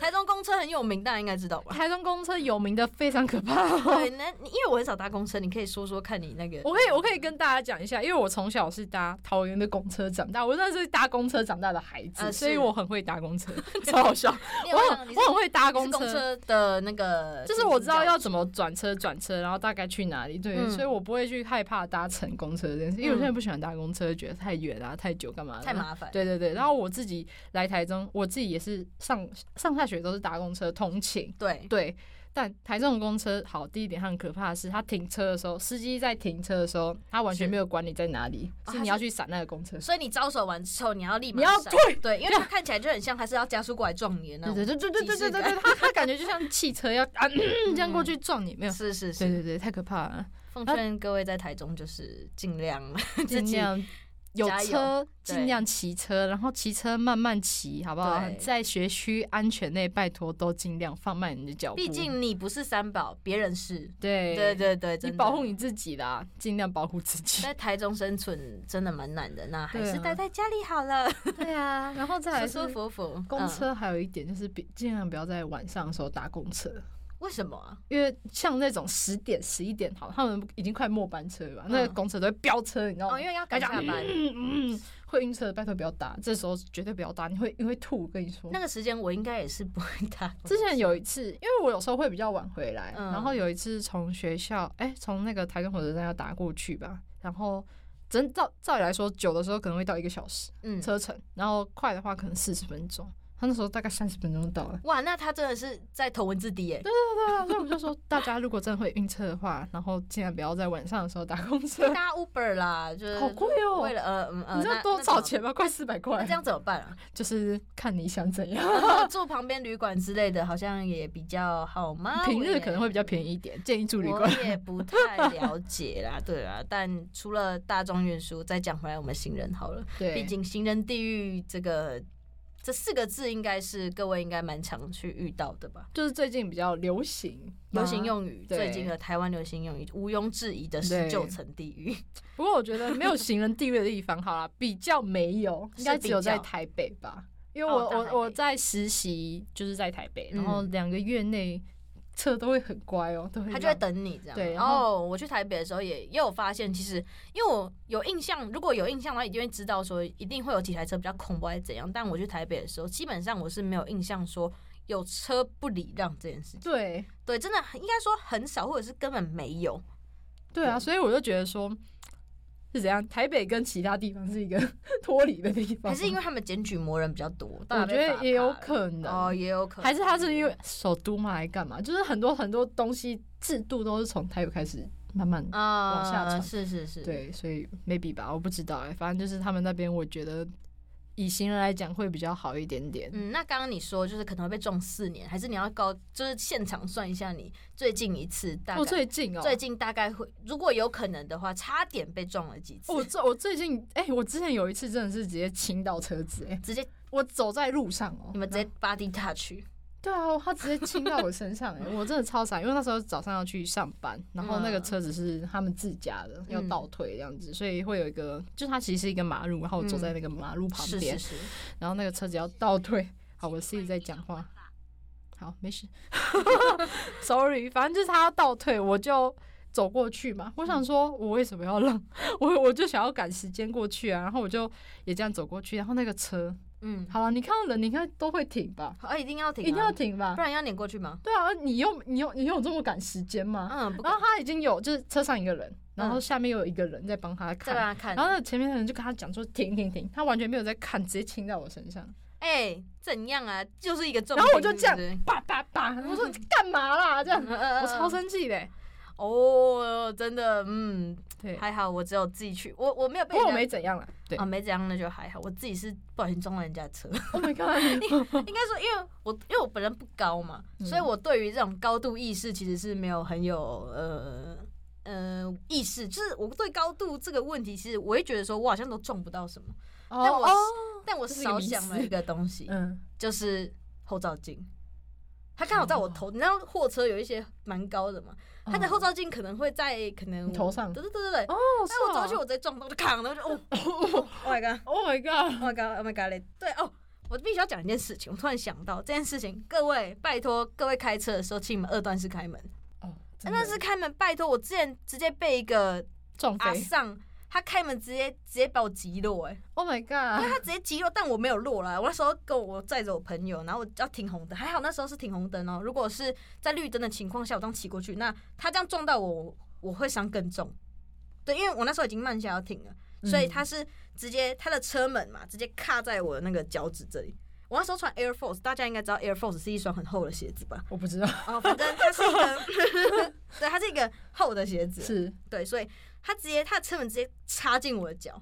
Speaker 1: 台中公车很有名，大家应该知道 吧？
Speaker 2: 台中公车有名的非常可怕、
Speaker 1: 对，那你因为我很少搭公车，你可以说说看你那个。
Speaker 2: 我可以，我可以跟大家讲一下，因为我从小是搭桃园的公车长大，我那是搭公车长大的孩子，
Speaker 1: 呃
Speaker 2: 所以
Speaker 1: 是
Speaker 2: 我很会搭 公车，超好笑。
Speaker 1: 你
Speaker 2: 我
Speaker 1: 有
Speaker 2: 很
Speaker 1: 没有你是
Speaker 2: 我很会搭
Speaker 1: 你是
Speaker 2: 公
Speaker 1: 公
Speaker 2: 车，
Speaker 1: 车的那个，
Speaker 2: 就是我知道要怎么转车转车，然后大概去哪里，对，
Speaker 1: 嗯
Speaker 2: 所以我不会去害怕搭乘公车这件事，因为有
Speaker 1: 嗯
Speaker 2: 些人不喜欢搭公车，觉得太远啊、太久干嘛的，
Speaker 1: 太麻烦。
Speaker 2: 对对对，然后我自己来台中，我自己也是上上下学都是搭公车通勤。
Speaker 1: 对
Speaker 2: 对，但台中的公车好，第一点它很可怕的是，它停车的时候，司机在停车的时候，他完全
Speaker 1: 是
Speaker 2: 没有管你在哪里，
Speaker 1: 哦
Speaker 2: 是
Speaker 1: 他
Speaker 2: 你要
Speaker 1: 是
Speaker 2: 去闪那个公车。
Speaker 1: 所以你招手完之后，你要立马
Speaker 2: 你要
Speaker 1: 闪
Speaker 2: 退
Speaker 1: 对，因为它看起来就很像，它是要加速过来撞你的那
Speaker 2: 对
Speaker 1: 种。
Speaker 2: 对对对对对对对对，他他感觉就像汽车要 啊这样过去撞你，没有。
Speaker 1: 嗯是是
Speaker 2: 对
Speaker 1: 是，
Speaker 2: 对对，太可怕了，
Speaker 1: 奉劝各位在台中就是尽量自
Speaker 2: 尽
Speaker 1: 己
Speaker 2: 量。有
Speaker 1: 加油
Speaker 2: 车
Speaker 1: 对
Speaker 2: 尽量骑车，然后骑车慢慢骑，好不好
Speaker 1: 对？
Speaker 2: 在学区安全内，拜托都尽量放慢你的脚步。
Speaker 1: 毕竟你不是三宝，别人是。
Speaker 2: 对
Speaker 1: 对对对，
Speaker 2: 你
Speaker 1: 真的
Speaker 2: 保护你自己啦，尽量保护自己。
Speaker 1: 在台中生存真的蛮难的，那还
Speaker 2: 对啊
Speaker 1: 是待在家里好了，
Speaker 2: 对啊，然 后再来
Speaker 1: 舒舒
Speaker 2: 说
Speaker 1: 服服。
Speaker 2: 公
Speaker 1: 嗯
Speaker 2: 车，还有一点就是别尽量不要在晚上的时候搭公车，
Speaker 1: 为什么啊？
Speaker 2: 因为像那种十点、十一点，好，他们已经快末班车了吧，
Speaker 1: 嗯
Speaker 2: 那个公车都会飙车，你知道吗
Speaker 1: 哦，因？为要赶 下班，
Speaker 2: 会晕车的，拜托不要搭，这时候绝对不要搭，你会你会吐，我跟你说
Speaker 1: 那。个时间我应该也是不会搭公车。
Speaker 2: 之前有一次，因为我有时候会比较晚回来，
Speaker 1: 嗯
Speaker 2: 然后有一次从学校，哎、从那个台中火车站要打过去吧，然后真照照理来说，久的时候可能会到一个小时，
Speaker 1: 嗯，
Speaker 2: 车程，然后快的话可能四十分钟。他那时候大概三十分钟就到了。
Speaker 1: 哇，那他真的是在投文字 D 耶、
Speaker 2: 对啊，所以我们就说，大家如果真的会晕车的话，然后尽量不要在晚上的时候打公车，
Speaker 1: 搭 Uber 啦，就是
Speaker 2: 好贵哦
Speaker 1: 为了呃嗯呃，
Speaker 2: 你知道
Speaker 1: 那
Speaker 2: 多少？钱吗？快四百
Speaker 1: 那怎么那
Speaker 2: 块
Speaker 1: 这，样怎么 办啊？
Speaker 2: 就是看你想怎样。
Speaker 1: 住旁边旅馆之类的，好像也比较好 吗？
Speaker 2: 平
Speaker 1: 啊我
Speaker 2: 日
Speaker 1: 也
Speaker 2: 可能会比较便宜一点，建议住旅
Speaker 1: 我
Speaker 2: 馆。
Speaker 1: 也不太了解啦，对啊，但除了大众运输，再讲回来我们行人好了，
Speaker 2: 对，
Speaker 1: 毕竟行人地狱这个这四个字应该是各位应该蛮常去遇到的吧。
Speaker 2: 就是最近比较流行吗
Speaker 1: 流行。用语，
Speaker 2: 对
Speaker 1: 最近的台湾流行用语，毋庸置疑的是
Speaker 2: 对
Speaker 1: 九层地狱。
Speaker 2: 不过我觉得没有行人地狱的地方，好啦，比较没有，
Speaker 1: 是
Speaker 2: 应该只有在
Speaker 1: 比较
Speaker 2: 台北吧。因为
Speaker 1: 哦
Speaker 2: 我
Speaker 1: 大台北
Speaker 2: 我我在实习，就是在台北，
Speaker 1: 嗯
Speaker 2: 然后两个月内车都会很乖哦，都会
Speaker 1: 他就
Speaker 2: 让
Speaker 1: 会等你这样。
Speaker 2: 对
Speaker 1: 然
Speaker 2: 然后
Speaker 1: 后我去台北的时候也也有发现，其实因为我有印象，如果有印象的话，一定会知道说一定会有几台车比较恐怖还是怎样。但我去台北的时候，基本上我是没有印象说有车不礼让这件事情。
Speaker 2: 对
Speaker 1: 对，真的很应该说很少，或者是根本没有。
Speaker 2: 对啊，
Speaker 1: 对
Speaker 2: 所以我就觉得说是怎样，台北跟其他地方是一个 脱离的地方，
Speaker 1: 还是因为他们检举魔人比较多，
Speaker 2: 我觉得也有可
Speaker 1: 能
Speaker 2: 能
Speaker 1: 哦，也有可能，
Speaker 2: 还是他是因为首都嘛，来干嘛？就是很多很多东西制度都是从台北开始慢慢
Speaker 1: 啊，
Speaker 2: 往下传
Speaker 1: 是是是，
Speaker 2: 对，所以 maybe 吧，我不知道哎、反正就是他们那边，我觉得以行人来讲会比较好一点点。
Speaker 1: 嗯，那刚刚你说就是可能会被撞四年，还是你要高，就是现场算一下你最近一次大概、
Speaker 2: 我最近哦、
Speaker 1: 最近大概会，如果有可能的话，差点被撞了几次，
Speaker 2: 我最我最近哎、我之前有一次真的是直接倾倒车子哎、
Speaker 1: 直接
Speaker 2: 我走在路上哦、
Speaker 1: 你们直
Speaker 2: 然
Speaker 1: 接
Speaker 2: 后
Speaker 1: body touch，
Speaker 2: 对啊，他直接倾到我身上哎、我真的超傻，因为那时候早上要去上班，然后那个
Speaker 1: 嗯
Speaker 2: 车子是他们自家的，要
Speaker 1: 嗯
Speaker 2: 倒退这样子，所以会有一个，就是它其实是一个马路，然后我走在那个马路旁
Speaker 1: 嗯是
Speaker 2: 边
Speaker 1: 是，是，
Speaker 2: 然后那个车子要倒退，好，我自己在讲话。好，没事 ，sorry，反正就是他要倒退，我就走过去嘛。我
Speaker 1: 嗯
Speaker 2: 想说，我为什么要让我？我就想要赶时间过去啊。然后我就也这样走过去，然后那个车，
Speaker 1: 嗯，
Speaker 2: 好了，你看到人，你看都会停吧，
Speaker 1: 好，一定要停、啊，
Speaker 2: 一定要，停吧
Speaker 1: 不。然要碾过去吗？
Speaker 2: 对啊，你又你又你有这么赶时间吗？
Speaker 1: 嗯，不
Speaker 2: 然
Speaker 1: 敢
Speaker 2: 后他已经有就是车上一个人，然后
Speaker 1: 嗯啊
Speaker 2: 下面又有一个人在帮他
Speaker 1: 再
Speaker 2: 看，
Speaker 1: 让他看
Speaker 2: 然，后那前面的人就跟他讲说停停停，他完全没有在看，直接亲在我身上。
Speaker 1: 哎、怎样啊？就是一个重，
Speaker 2: 然后我就是这样
Speaker 1: 不是
Speaker 2: 叭叭叭，我 说你干嘛啦？这样，
Speaker 1: 嗯 嗯
Speaker 2: 我
Speaker 1: 嗯
Speaker 2: 超生气的、欸
Speaker 1: 哦，真的，嗯，
Speaker 2: 对，
Speaker 1: 还好我只有自己去，我我没有
Speaker 2: 不
Speaker 1: 被
Speaker 2: 过我
Speaker 1: 人家
Speaker 2: 没怎样啦。对
Speaker 1: 啊，没怎样，那就还好。我自己是不小心撞到人家的车，
Speaker 2: ，Oh my god！
Speaker 1: 应该说，因为我因为我本人不高嘛，
Speaker 2: 嗯
Speaker 1: 所以我对于这种高度意识其实是没有很有呃呃意识，就是我对高度这个问题，其实我会觉得说我好像都撞不到什么，但我
Speaker 2: 哦
Speaker 1: 但我
Speaker 2: 这是一个
Speaker 1: 少
Speaker 2: 迷
Speaker 1: 想了
Speaker 2: 思
Speaker 1: 一个东西，
Speaker 2: 嗯，
Speaker 1: 就是后照镜。它刚好在我
Speaker 2: 哦
Speaker 1: 头，你知道货车有一些蛮高的嘛，它的后照镜可能会在可
Speaker 2: 嗯
Speaker 1: 能
Speaker 2: 你头上
Speaker 1: 对对对对对。
Speaker 2: 哦，
Speaker 1: 但我走过去，
Speaker 2: 是
Speaker 1: 我
Speaker 2: 哦
Speaker 1: 直接撞到，就扛了，我就 哦，Oh my god！
Speaker 2: ，Oh my god！
Speaker 1: Oh my god! Oh my god! 对哦，我必须要讲一件事情。我突然想到这件事情，各位拜托，各位开车的时候，请你们二段式开门，
Speaker 2: 哦，
Speaker 1: 二
Speaker 2: 真的
Speaker 1: 段式开门，拜托！我之前直接被一个
Speaker 2: 撞
Speaker 1: 阿
Speaker 2: 飞
Speaker 1: 上，他开门直接直接把我击落、哎，
Speaker 2: ，Oh my
Speaker 1: 因为
Speaker 2: god！
Speaker 1: 他直接击落，但我没有落来。我那时候跟我载着我朋友，然后我要停红灯，还好那时候是停红灯哦。如果是在绿灯的情况下，我这样骑过去，那他这样撞到我，我会伤更重。对，因为我那时候已经慢下要停了。所以他是直接他的车门嘛，直接卡在我的那个脚趾这里。我那时候穿 Air Force，大家应该知道 Air Force 是一双很厚的鞋子吧？
Speaker 2: 我不知道，
Speaker 1: 哦，反正它是一个， 对，它是一个厚的鞋子，
Speaker 2: 是
Speaker 1: 对，所以它直接它的车门直接插进我的脚，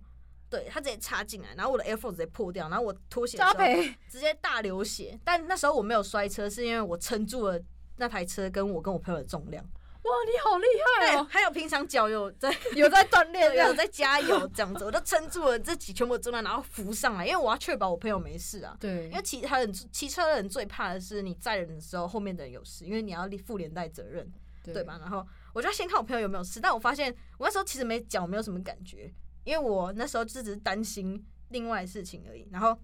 Speaker 1: 对，它直接插进来，然后我的 Air Force 直接破掉，然后我拖鞋的
Speaker 2: 加
Speaker 1: 时候
Speaker 2: 倍，
Speaker 1: 直接大流血，但那时候我没有摔车，是因为我撑住了那台车跟我跟我朋友的重量，
Speaker 2: 哇，你好厉害
Speaker 1: 对，
Speaker 2: 哦，
Speaker 1: 还有平常脚有在
Speaker 2: 有在锻炼这
Speaker 1: 对， 有
Speaker 2: 样，
Speaker 1: 在加油这样子，我就撑住了自己全部重量，然后扶上来，因为我要确保我朋友没事啊。
Speaker 2: 对
Speaker 1: 因为骑他人骑车的人最怕的是你载人的时候后面的人有事，因为你要负连带责任，对？吧？然后我就要先看我朋友有没有事，但我发现我那时候其实没脚没有什么感觉，因为我那时候就只是担心另外的事情而已。然后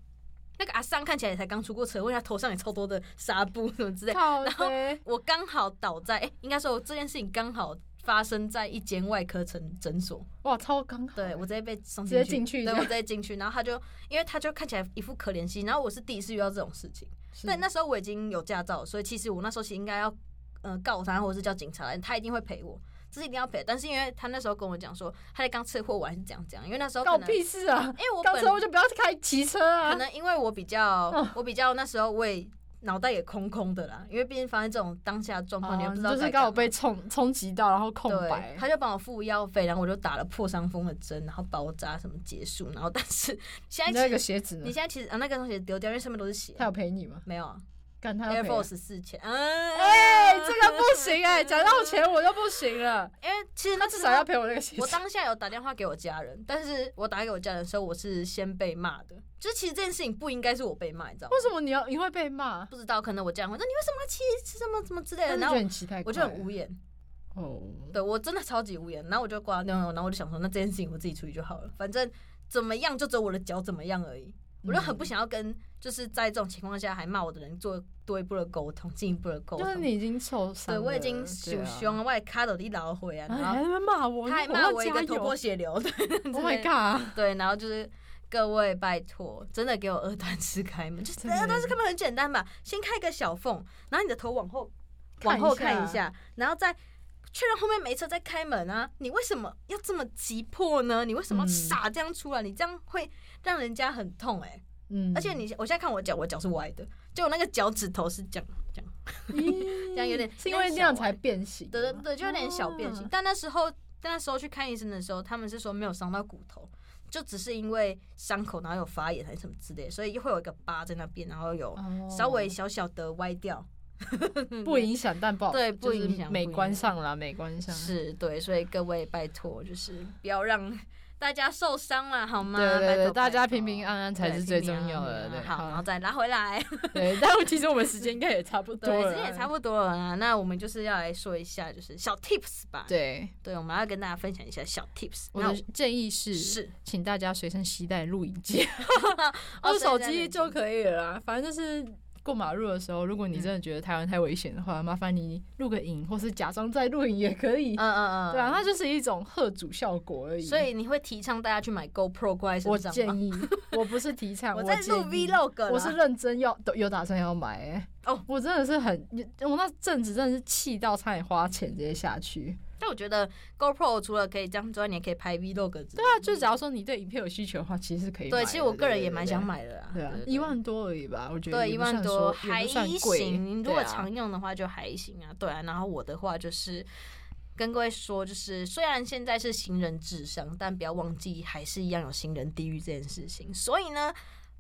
Speaker 1: 那个阿桑看起来也才刚出过车祸，他头上也超多的纱布什么之类的，
Speaker 2: 靠
Speaker 1: 然后
Speaker 2: 背，
Speaker 1: 我刚好倒在，哎、应该说我这件事情刚好发生在一间外科诊诊所。
Speaker 2: 哇，超刚好，
Speaker 1: 对我直接被送
Speaker 2: 直接进去
Speaker 1: 对
Speaker 2: 这
Speaker 1: 我
Speaker 2: 样
Speaker 1: 直接进去，然后他就因为他就看起来一副可怜兮，然后我是第一次遇到这种事情，
Speaker 2: 是
Speaker 1: 但那时候我已经有驾照，所以其实我那时候其实应该要呃告他或者是叫警察来，他一定会陪我，这是一定要赔的。但是因为他那时候跟我讲说，他在刚吃货完是怎样怎样，因为那时候
Speaker 2: 搞
Speaker 1: 可能，因
Speaker 2: 屁事啊！
Speaker 1: 为我
Speaker 2: 刚
Speaker 1: 本
Speaker 2: 车我就不要开骑车
Speaker 1: 可
Speaker 2: 啊！
Speaker 1: 能因为我比较
Speaker 2: 哦
Speaker 1: 我比较那时候我也脑袋也空空的啦，因为毕竟发生这种当下的状况，你也
Speaker 2: 哦
Speaker 1: 不
Speaker 2: 你
Speaker 1: 知道
Speaker 2: 就
Speaker 1: 该
Speaker 2: 是刚好
Speaker 1: 干嘛
Speaker 2: 被冲冲击到，然后空
Speaker 1: 对，
Speaker 2: 白。
Speaker 1: 他就帮我付医药费，然后我就打了破伤风的针，然后包扎什么结束，然后但是 现在
Speaker 2: 你
Speaker 1: 其
Speaker 2: 那
Speaker 1: 实
Speaker 2: 个鞋子
Speaker 1: 你
Speaker 2: 呢？
Speaker 1: 现在其实啊那个东西丢掉，因为上面都是血
Speaker 2: 他，有赔你吗？
Speaker 1: 没有啊
Speaker 2: 干他要
Speaker 1: ，Air
Speaker 2: 赔啊。
Speaker 1: Force 四千，嗯，
Speaker 2: 哎、这个不 行哎、讲到钱我就不行了。
Speaker 1: 因为其实
Speaker 2: 他
Speaker 1: 那
Speaker 2: 至
Speaker 1: 至
Speaker 2: 少
Speaker 1: 少
Speaker 2: 要
Speaker 1: 要。
Speaker 2: 赔我那个鞋
Speaker 1: 我
Speaker 2: 子。
Speaker 1: 当下有打电话给我家人，但是我打给我家人的时候，我是先被骂的。就是其实这件事情不应该是我被骂，你知道吗？
Speaker 2: 为什么你要你会被骂？
Speaker 1: 不知道，可能我家人会说你为什么要骑什么什么之类
Speaker 2: 但
Speaker 1: 的，
Speaker 2: 是
Speaker 1: 然
Speaker 2: 觉
Speaker 1: 后
Speaker 2: 得你骑太快
Speaker 1: 我就很无言。
Speaker 2: 哦。
Speaker 1: 对我真的超级无言，然后我就挂掉，然后我就想说，那这件事情我自己处理就好了，反正怎么样就只有我的脚怎么样而已。我就很
Speaker 2: 嗯
Speaker 1: 不想要跟就是在这种情况下还骂我的人做多一步的沟通，进一步的沟通。
Speaker 2: 就是你已经受伤
Speaker 1: 对
Speaker 2: 了，
Speaker 1: 我已经
Speaker 2: 对
Speaker 1: 受
Speaker 2: 啊
Speaker 1: 凶了，我也卡到一老回啊，
Speaker 2: 哎
Speaker 1: 然
Speaker 2: 还
Speaker 1: 后
Speaker 2: 在骂我，
Speaker 1: 他还
Speaker 2: 我
Speaker 1: 骂
Speaker 2: 要
Speaker 1: 我一
Speaker 2: 加
Speaker 1: 个头
Speaker 2: 油
Speaker 1: 破血流的。
Speaker 2: Oh my god！
Speaker 1: 对，然后就是各位拜托，真的给我二段式开门，就是
Speaker 2: 真的
Speaker 1: 二段式开门很简单吧，先开一个小缝，然后你的头往后
Speaker 2: 看
Speaker 1: 往
Speaker 2: 一
Speaker 1: 后看一
Speaker 2: 下
Speaker 1: 下，然后再。确认后面没车再开门啊！你为什么要这么急迫呢？你为什么要
Speaker 2: 嗯
Speaker 1: 傻这样出来？你这样会让人家很痛哎、
Speaker 2: 嗯
Speaker 1: 而且你我现在看我脚，我脚是歪的，就我那个脚趾头是这样这样，
Speaker 2: 咦
Speaker 1: 这样有点
Speaker 2: 嗯是因为那样才变形吗，
Speaker 1: 对对对，就有点小变形。
Speaker 2: 啊
Speaker 1: 但那时候，但那时候去看医生的时候，他们是说没有伤到骨头，就只是因为伤口然后有发炎还是什么之类，所以会有一个疤在那边，然后有
Speaker 2: 哦
Speaker 1: 稍微小小的歪 掉。
Speaker 2: 不影响，但不好就
Speaker 1: 对
Speaker 2: 是
Speaker 1: 不影响
Speaker 2: 美
Speaker 1: 不影
Speaker 2: 观
Speaker 1: 响
Speaker 2: 上啦，美观上。
Speaker 1: 是对，所以各位拜托，就是不要让大家受伤了，好吗？
Speaker 2: 对对
Speaker 1: 拜托
Speaker 2: 对，大家
Speaker 1: 拜托
Speaker 2: 平平安安才
Speaker 1: 对
Speaker 2: 是最
Speaker 1: 平
Speaker 2: 重
Speaker 1: 平安
Speaker 2: 要
Speaker 1: 安啊
Speaker 2: 的。对，
Speaker 1: 好，然后再拉回来。
Speaker 2: 对，但其实我们时间应该也差不多
Speaker 1: 对，
Speaker 2: 了，
Speaker 1: 时间也差不多了啊。那我们就是要来说一下，就是小 tips 吧。
Speaker 2: 对，
Speaker 1: 对，我们要跟大家分享一下小 tips。
Speaker 2: 我
Speaker 1: 那
Speaker 2: 的建议是，
Speaker 1: 是
Speaker 2: 请大家随身携带录影机，
Speaker 1: 哦
Speaker 2: 或者手
Speaker 1: 随身录
Speaker 2: 机
Speaker 1: 影
Speaker 2: 就
Speaker 1: 机
Speaker 2: 可以了啦。反正就是过马路的时候，如果
Speaker 1: 嗯
Speaker 2: 你真的觉得台湾太危险的话，麻烦你录个影，或是假装在录影也可以。
Speaker 1: 嗯嗯嗯，
Speaker 2: 对啊，它就是一种贺主效果而已。
Speaker 1: 所以你会提倡大家去买 GoPro 挂在
Speaker 2: 我
Speaker 1: 身上
Speaker 2: 建
Speaker 1: 吗？
Speaker 2: 议，我不是提倡，
Speaker 1: 我
Speaker 2: 我
Speaker 1: 在录
Speaker 2: 建议
Speaker 1: Vlog，啦
Speaker 2: 我是认真要都有打算要买、欸。
Speaker 1: 哦
Speaker 2: 我真的是很，我那阵子真的是气到差点花钱直接下去。
Speaker 1: 但我觉得 GoPro 除了可以这样之外，你也可以拍 Vlog 之类的。
Speaker 2: 对啊，就假如说你对影片有需求的话，其实是可以买的。
Speaker 1: 对，其实我个人
Speaker 2: 对
Speaker 1: 也蛮
Speaker 2: 对
Speaker 1: 想买的啦，
Speaker 2: 对啊
Speaker 1: 对，
Speaker 2: 一。万多而已吧，我觉得
Speaker 1: 对，
Speaker 2: 也
Speaker 1: 一
Speaker 2: 不
Speaker 1: 万
Speaker 2: 算
Speaker 1: 多
Speaker 2: 说也
Speaker 1: 还
Speaker 2: 不算贵
Speaker 1: 行，如
Speaker 2: 对
Speaker 1: 果
Speaker 2: 啊
Speaker 1: 常用的话就还行啊。对啊，然后我的话就是跟各位说，就是虽然现在是行人至上，但不要忘记还是一样有行人地狱这件事情。所以呢，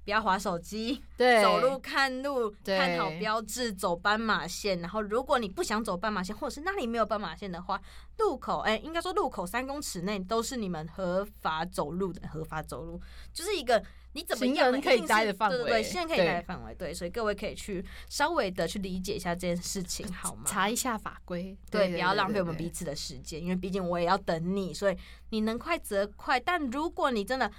Speaker 1: 不要划手机，
Speaker 2: 对
Speaker 1: 走路看路，
Speaker 2: 对
Speaker 1: 看好标志，走斑马线。然后，如果你不想走斑马线，或者是那里没有斑马线的话，路口，哎、应该说路口三公尺内都是你们合法走路的，合法走路就是一个你怎么
Speaker 2: 行
Speaker 1: 样
Speaker 2: 人
Speaker 1: 一
Speaker 2: 可以
Speaker 1: 定是
Speaker 2: 待的范
Speaker 1: 对对
Speaker 2: 围
Speaker 1: 对，行人可以待
Speaker 2: 对
Speaker 1: 的范围，对，所以各位可以去稍微的去理解一下这件事情，好吗？
Speaker 2: 查一下法规，
Speaker 1: 对，不要浪费我们彼
Speaker 2: 比。
Speaker 1: 此的时间，因为毕竟我也要等你，所以你能快则快。但如果你真的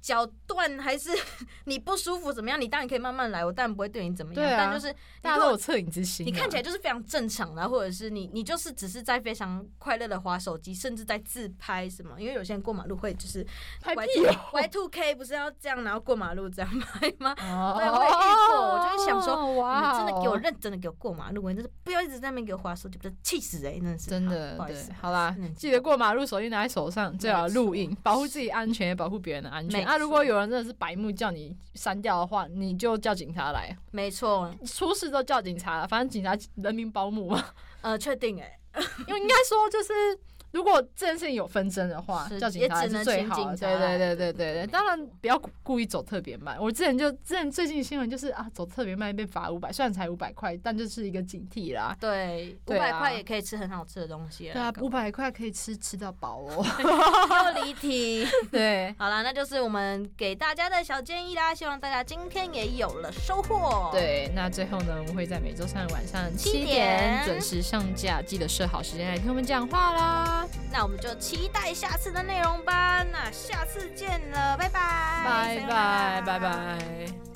Speaker 1: 脚断还是 你不舒服怎么样，你当然可以慢慢来，我当然不会对你怎么样。
Speaker 2: 对啊
Speaker 1: 但就是
Speaker 2: 大家
Speaker 1: 如
Speaker 2: 都
Speaker 1: 果
Speaker 2: 有恻隐之心啊，
Speaker 1: 你看起来就是非常正常的，或者是你你就是只是在非常快乐的划手机，甚至在自拍什么，因为有些人过马路会就是
Speaker 2: 拍
Speaker 1: Y
Speaker 2: 屁哦
Speaker 1: Y two K 不是要这样，然后过马路这样拍吗？
Speaker 2: 哦
Speaker 1: 对我也遇过我就会想说 你
Speaker 2: 哇
Speaker 1: 们
Speaker 2: 哦，
Speaker 1: 真的给我认真的给我过马路，你真是不要一直在那边给我划手机，不是气死人、真的是
Speaker 2: 真
Speaker 1: 好
Speaker 2: 的
Speaker 1: 不好意
Speaker 2: 对
Speaker 1: 思，，
Speaker 2: 好啦
Speaker 1: 嗯，
Speaker 2: 记得过马路，手机拿在手上，最好
Speaker 1: 没
Speaker 2: 录
Speaker 1: 错
Speaker 2: 影，保护自己安全，也保护别人的安全。
Speaker 1: 没
Speaker 2: 啊，如
Speaker 1: 错
Speaker 2: 果有人真的是白目叫你删掉的话，你就叫警察来，
Speaker 1: 没错，
Speaker 2: 出事都叫警察了，反正警察人民保姆嘛。
Speaker 1: 呃，确定哎、
Speaker 2: 因为应该说就是，如果这件事情有纷争的话，
Speaker 1: 是
Speaker 2: 叫警察
Speaker 1: 也只
Speaker 2: 是
Speaker 1: 能
Speaker 2: 最
Speaker 1: 请
Speaker 2: 好的。
Speaker 1: 警察
Speaker 2: 对对对对
Speaker 1: 对
Speaker 2: 对
Speaker 1: 没
Speaker 2: 对，
Speaker 1: 错
Speaker 2: 当然不要故故意走特别慢。我之前就之前最近新闻就是啊，走特别慢被罚五百，虽然才五百块，但就是一个警惕啦。
Speaker 1: 对，五
Speaker 2: 对
Speaker 1: 百
Speaker 2: 啊
Speaker 1: 块也可以吃很好吃的东西了。
Speaker 2: 对 啊，
Speaker 1: 搞
Speaker 2: 五百块可以吃吃到饱 哦。
Speaker 1: 又离题。
Speaker 2: 对
Speaker 1: 好啦，那就是我们给大家的小建议啦，希望大家今天也有了收获。，
Speaker 2: 对，那最后呢，我们会在每周三晚上七
Speaker 1: 七
Speaker 2: 点
Speaker 1: 点
Speaker 2: 准时上架，记得设好时间来听我们讲话啦。
Speaker 1: 那我们就期待下次的内容吧。那下次见了，拜拜，
Speaker 2: 拜拜拜。拜。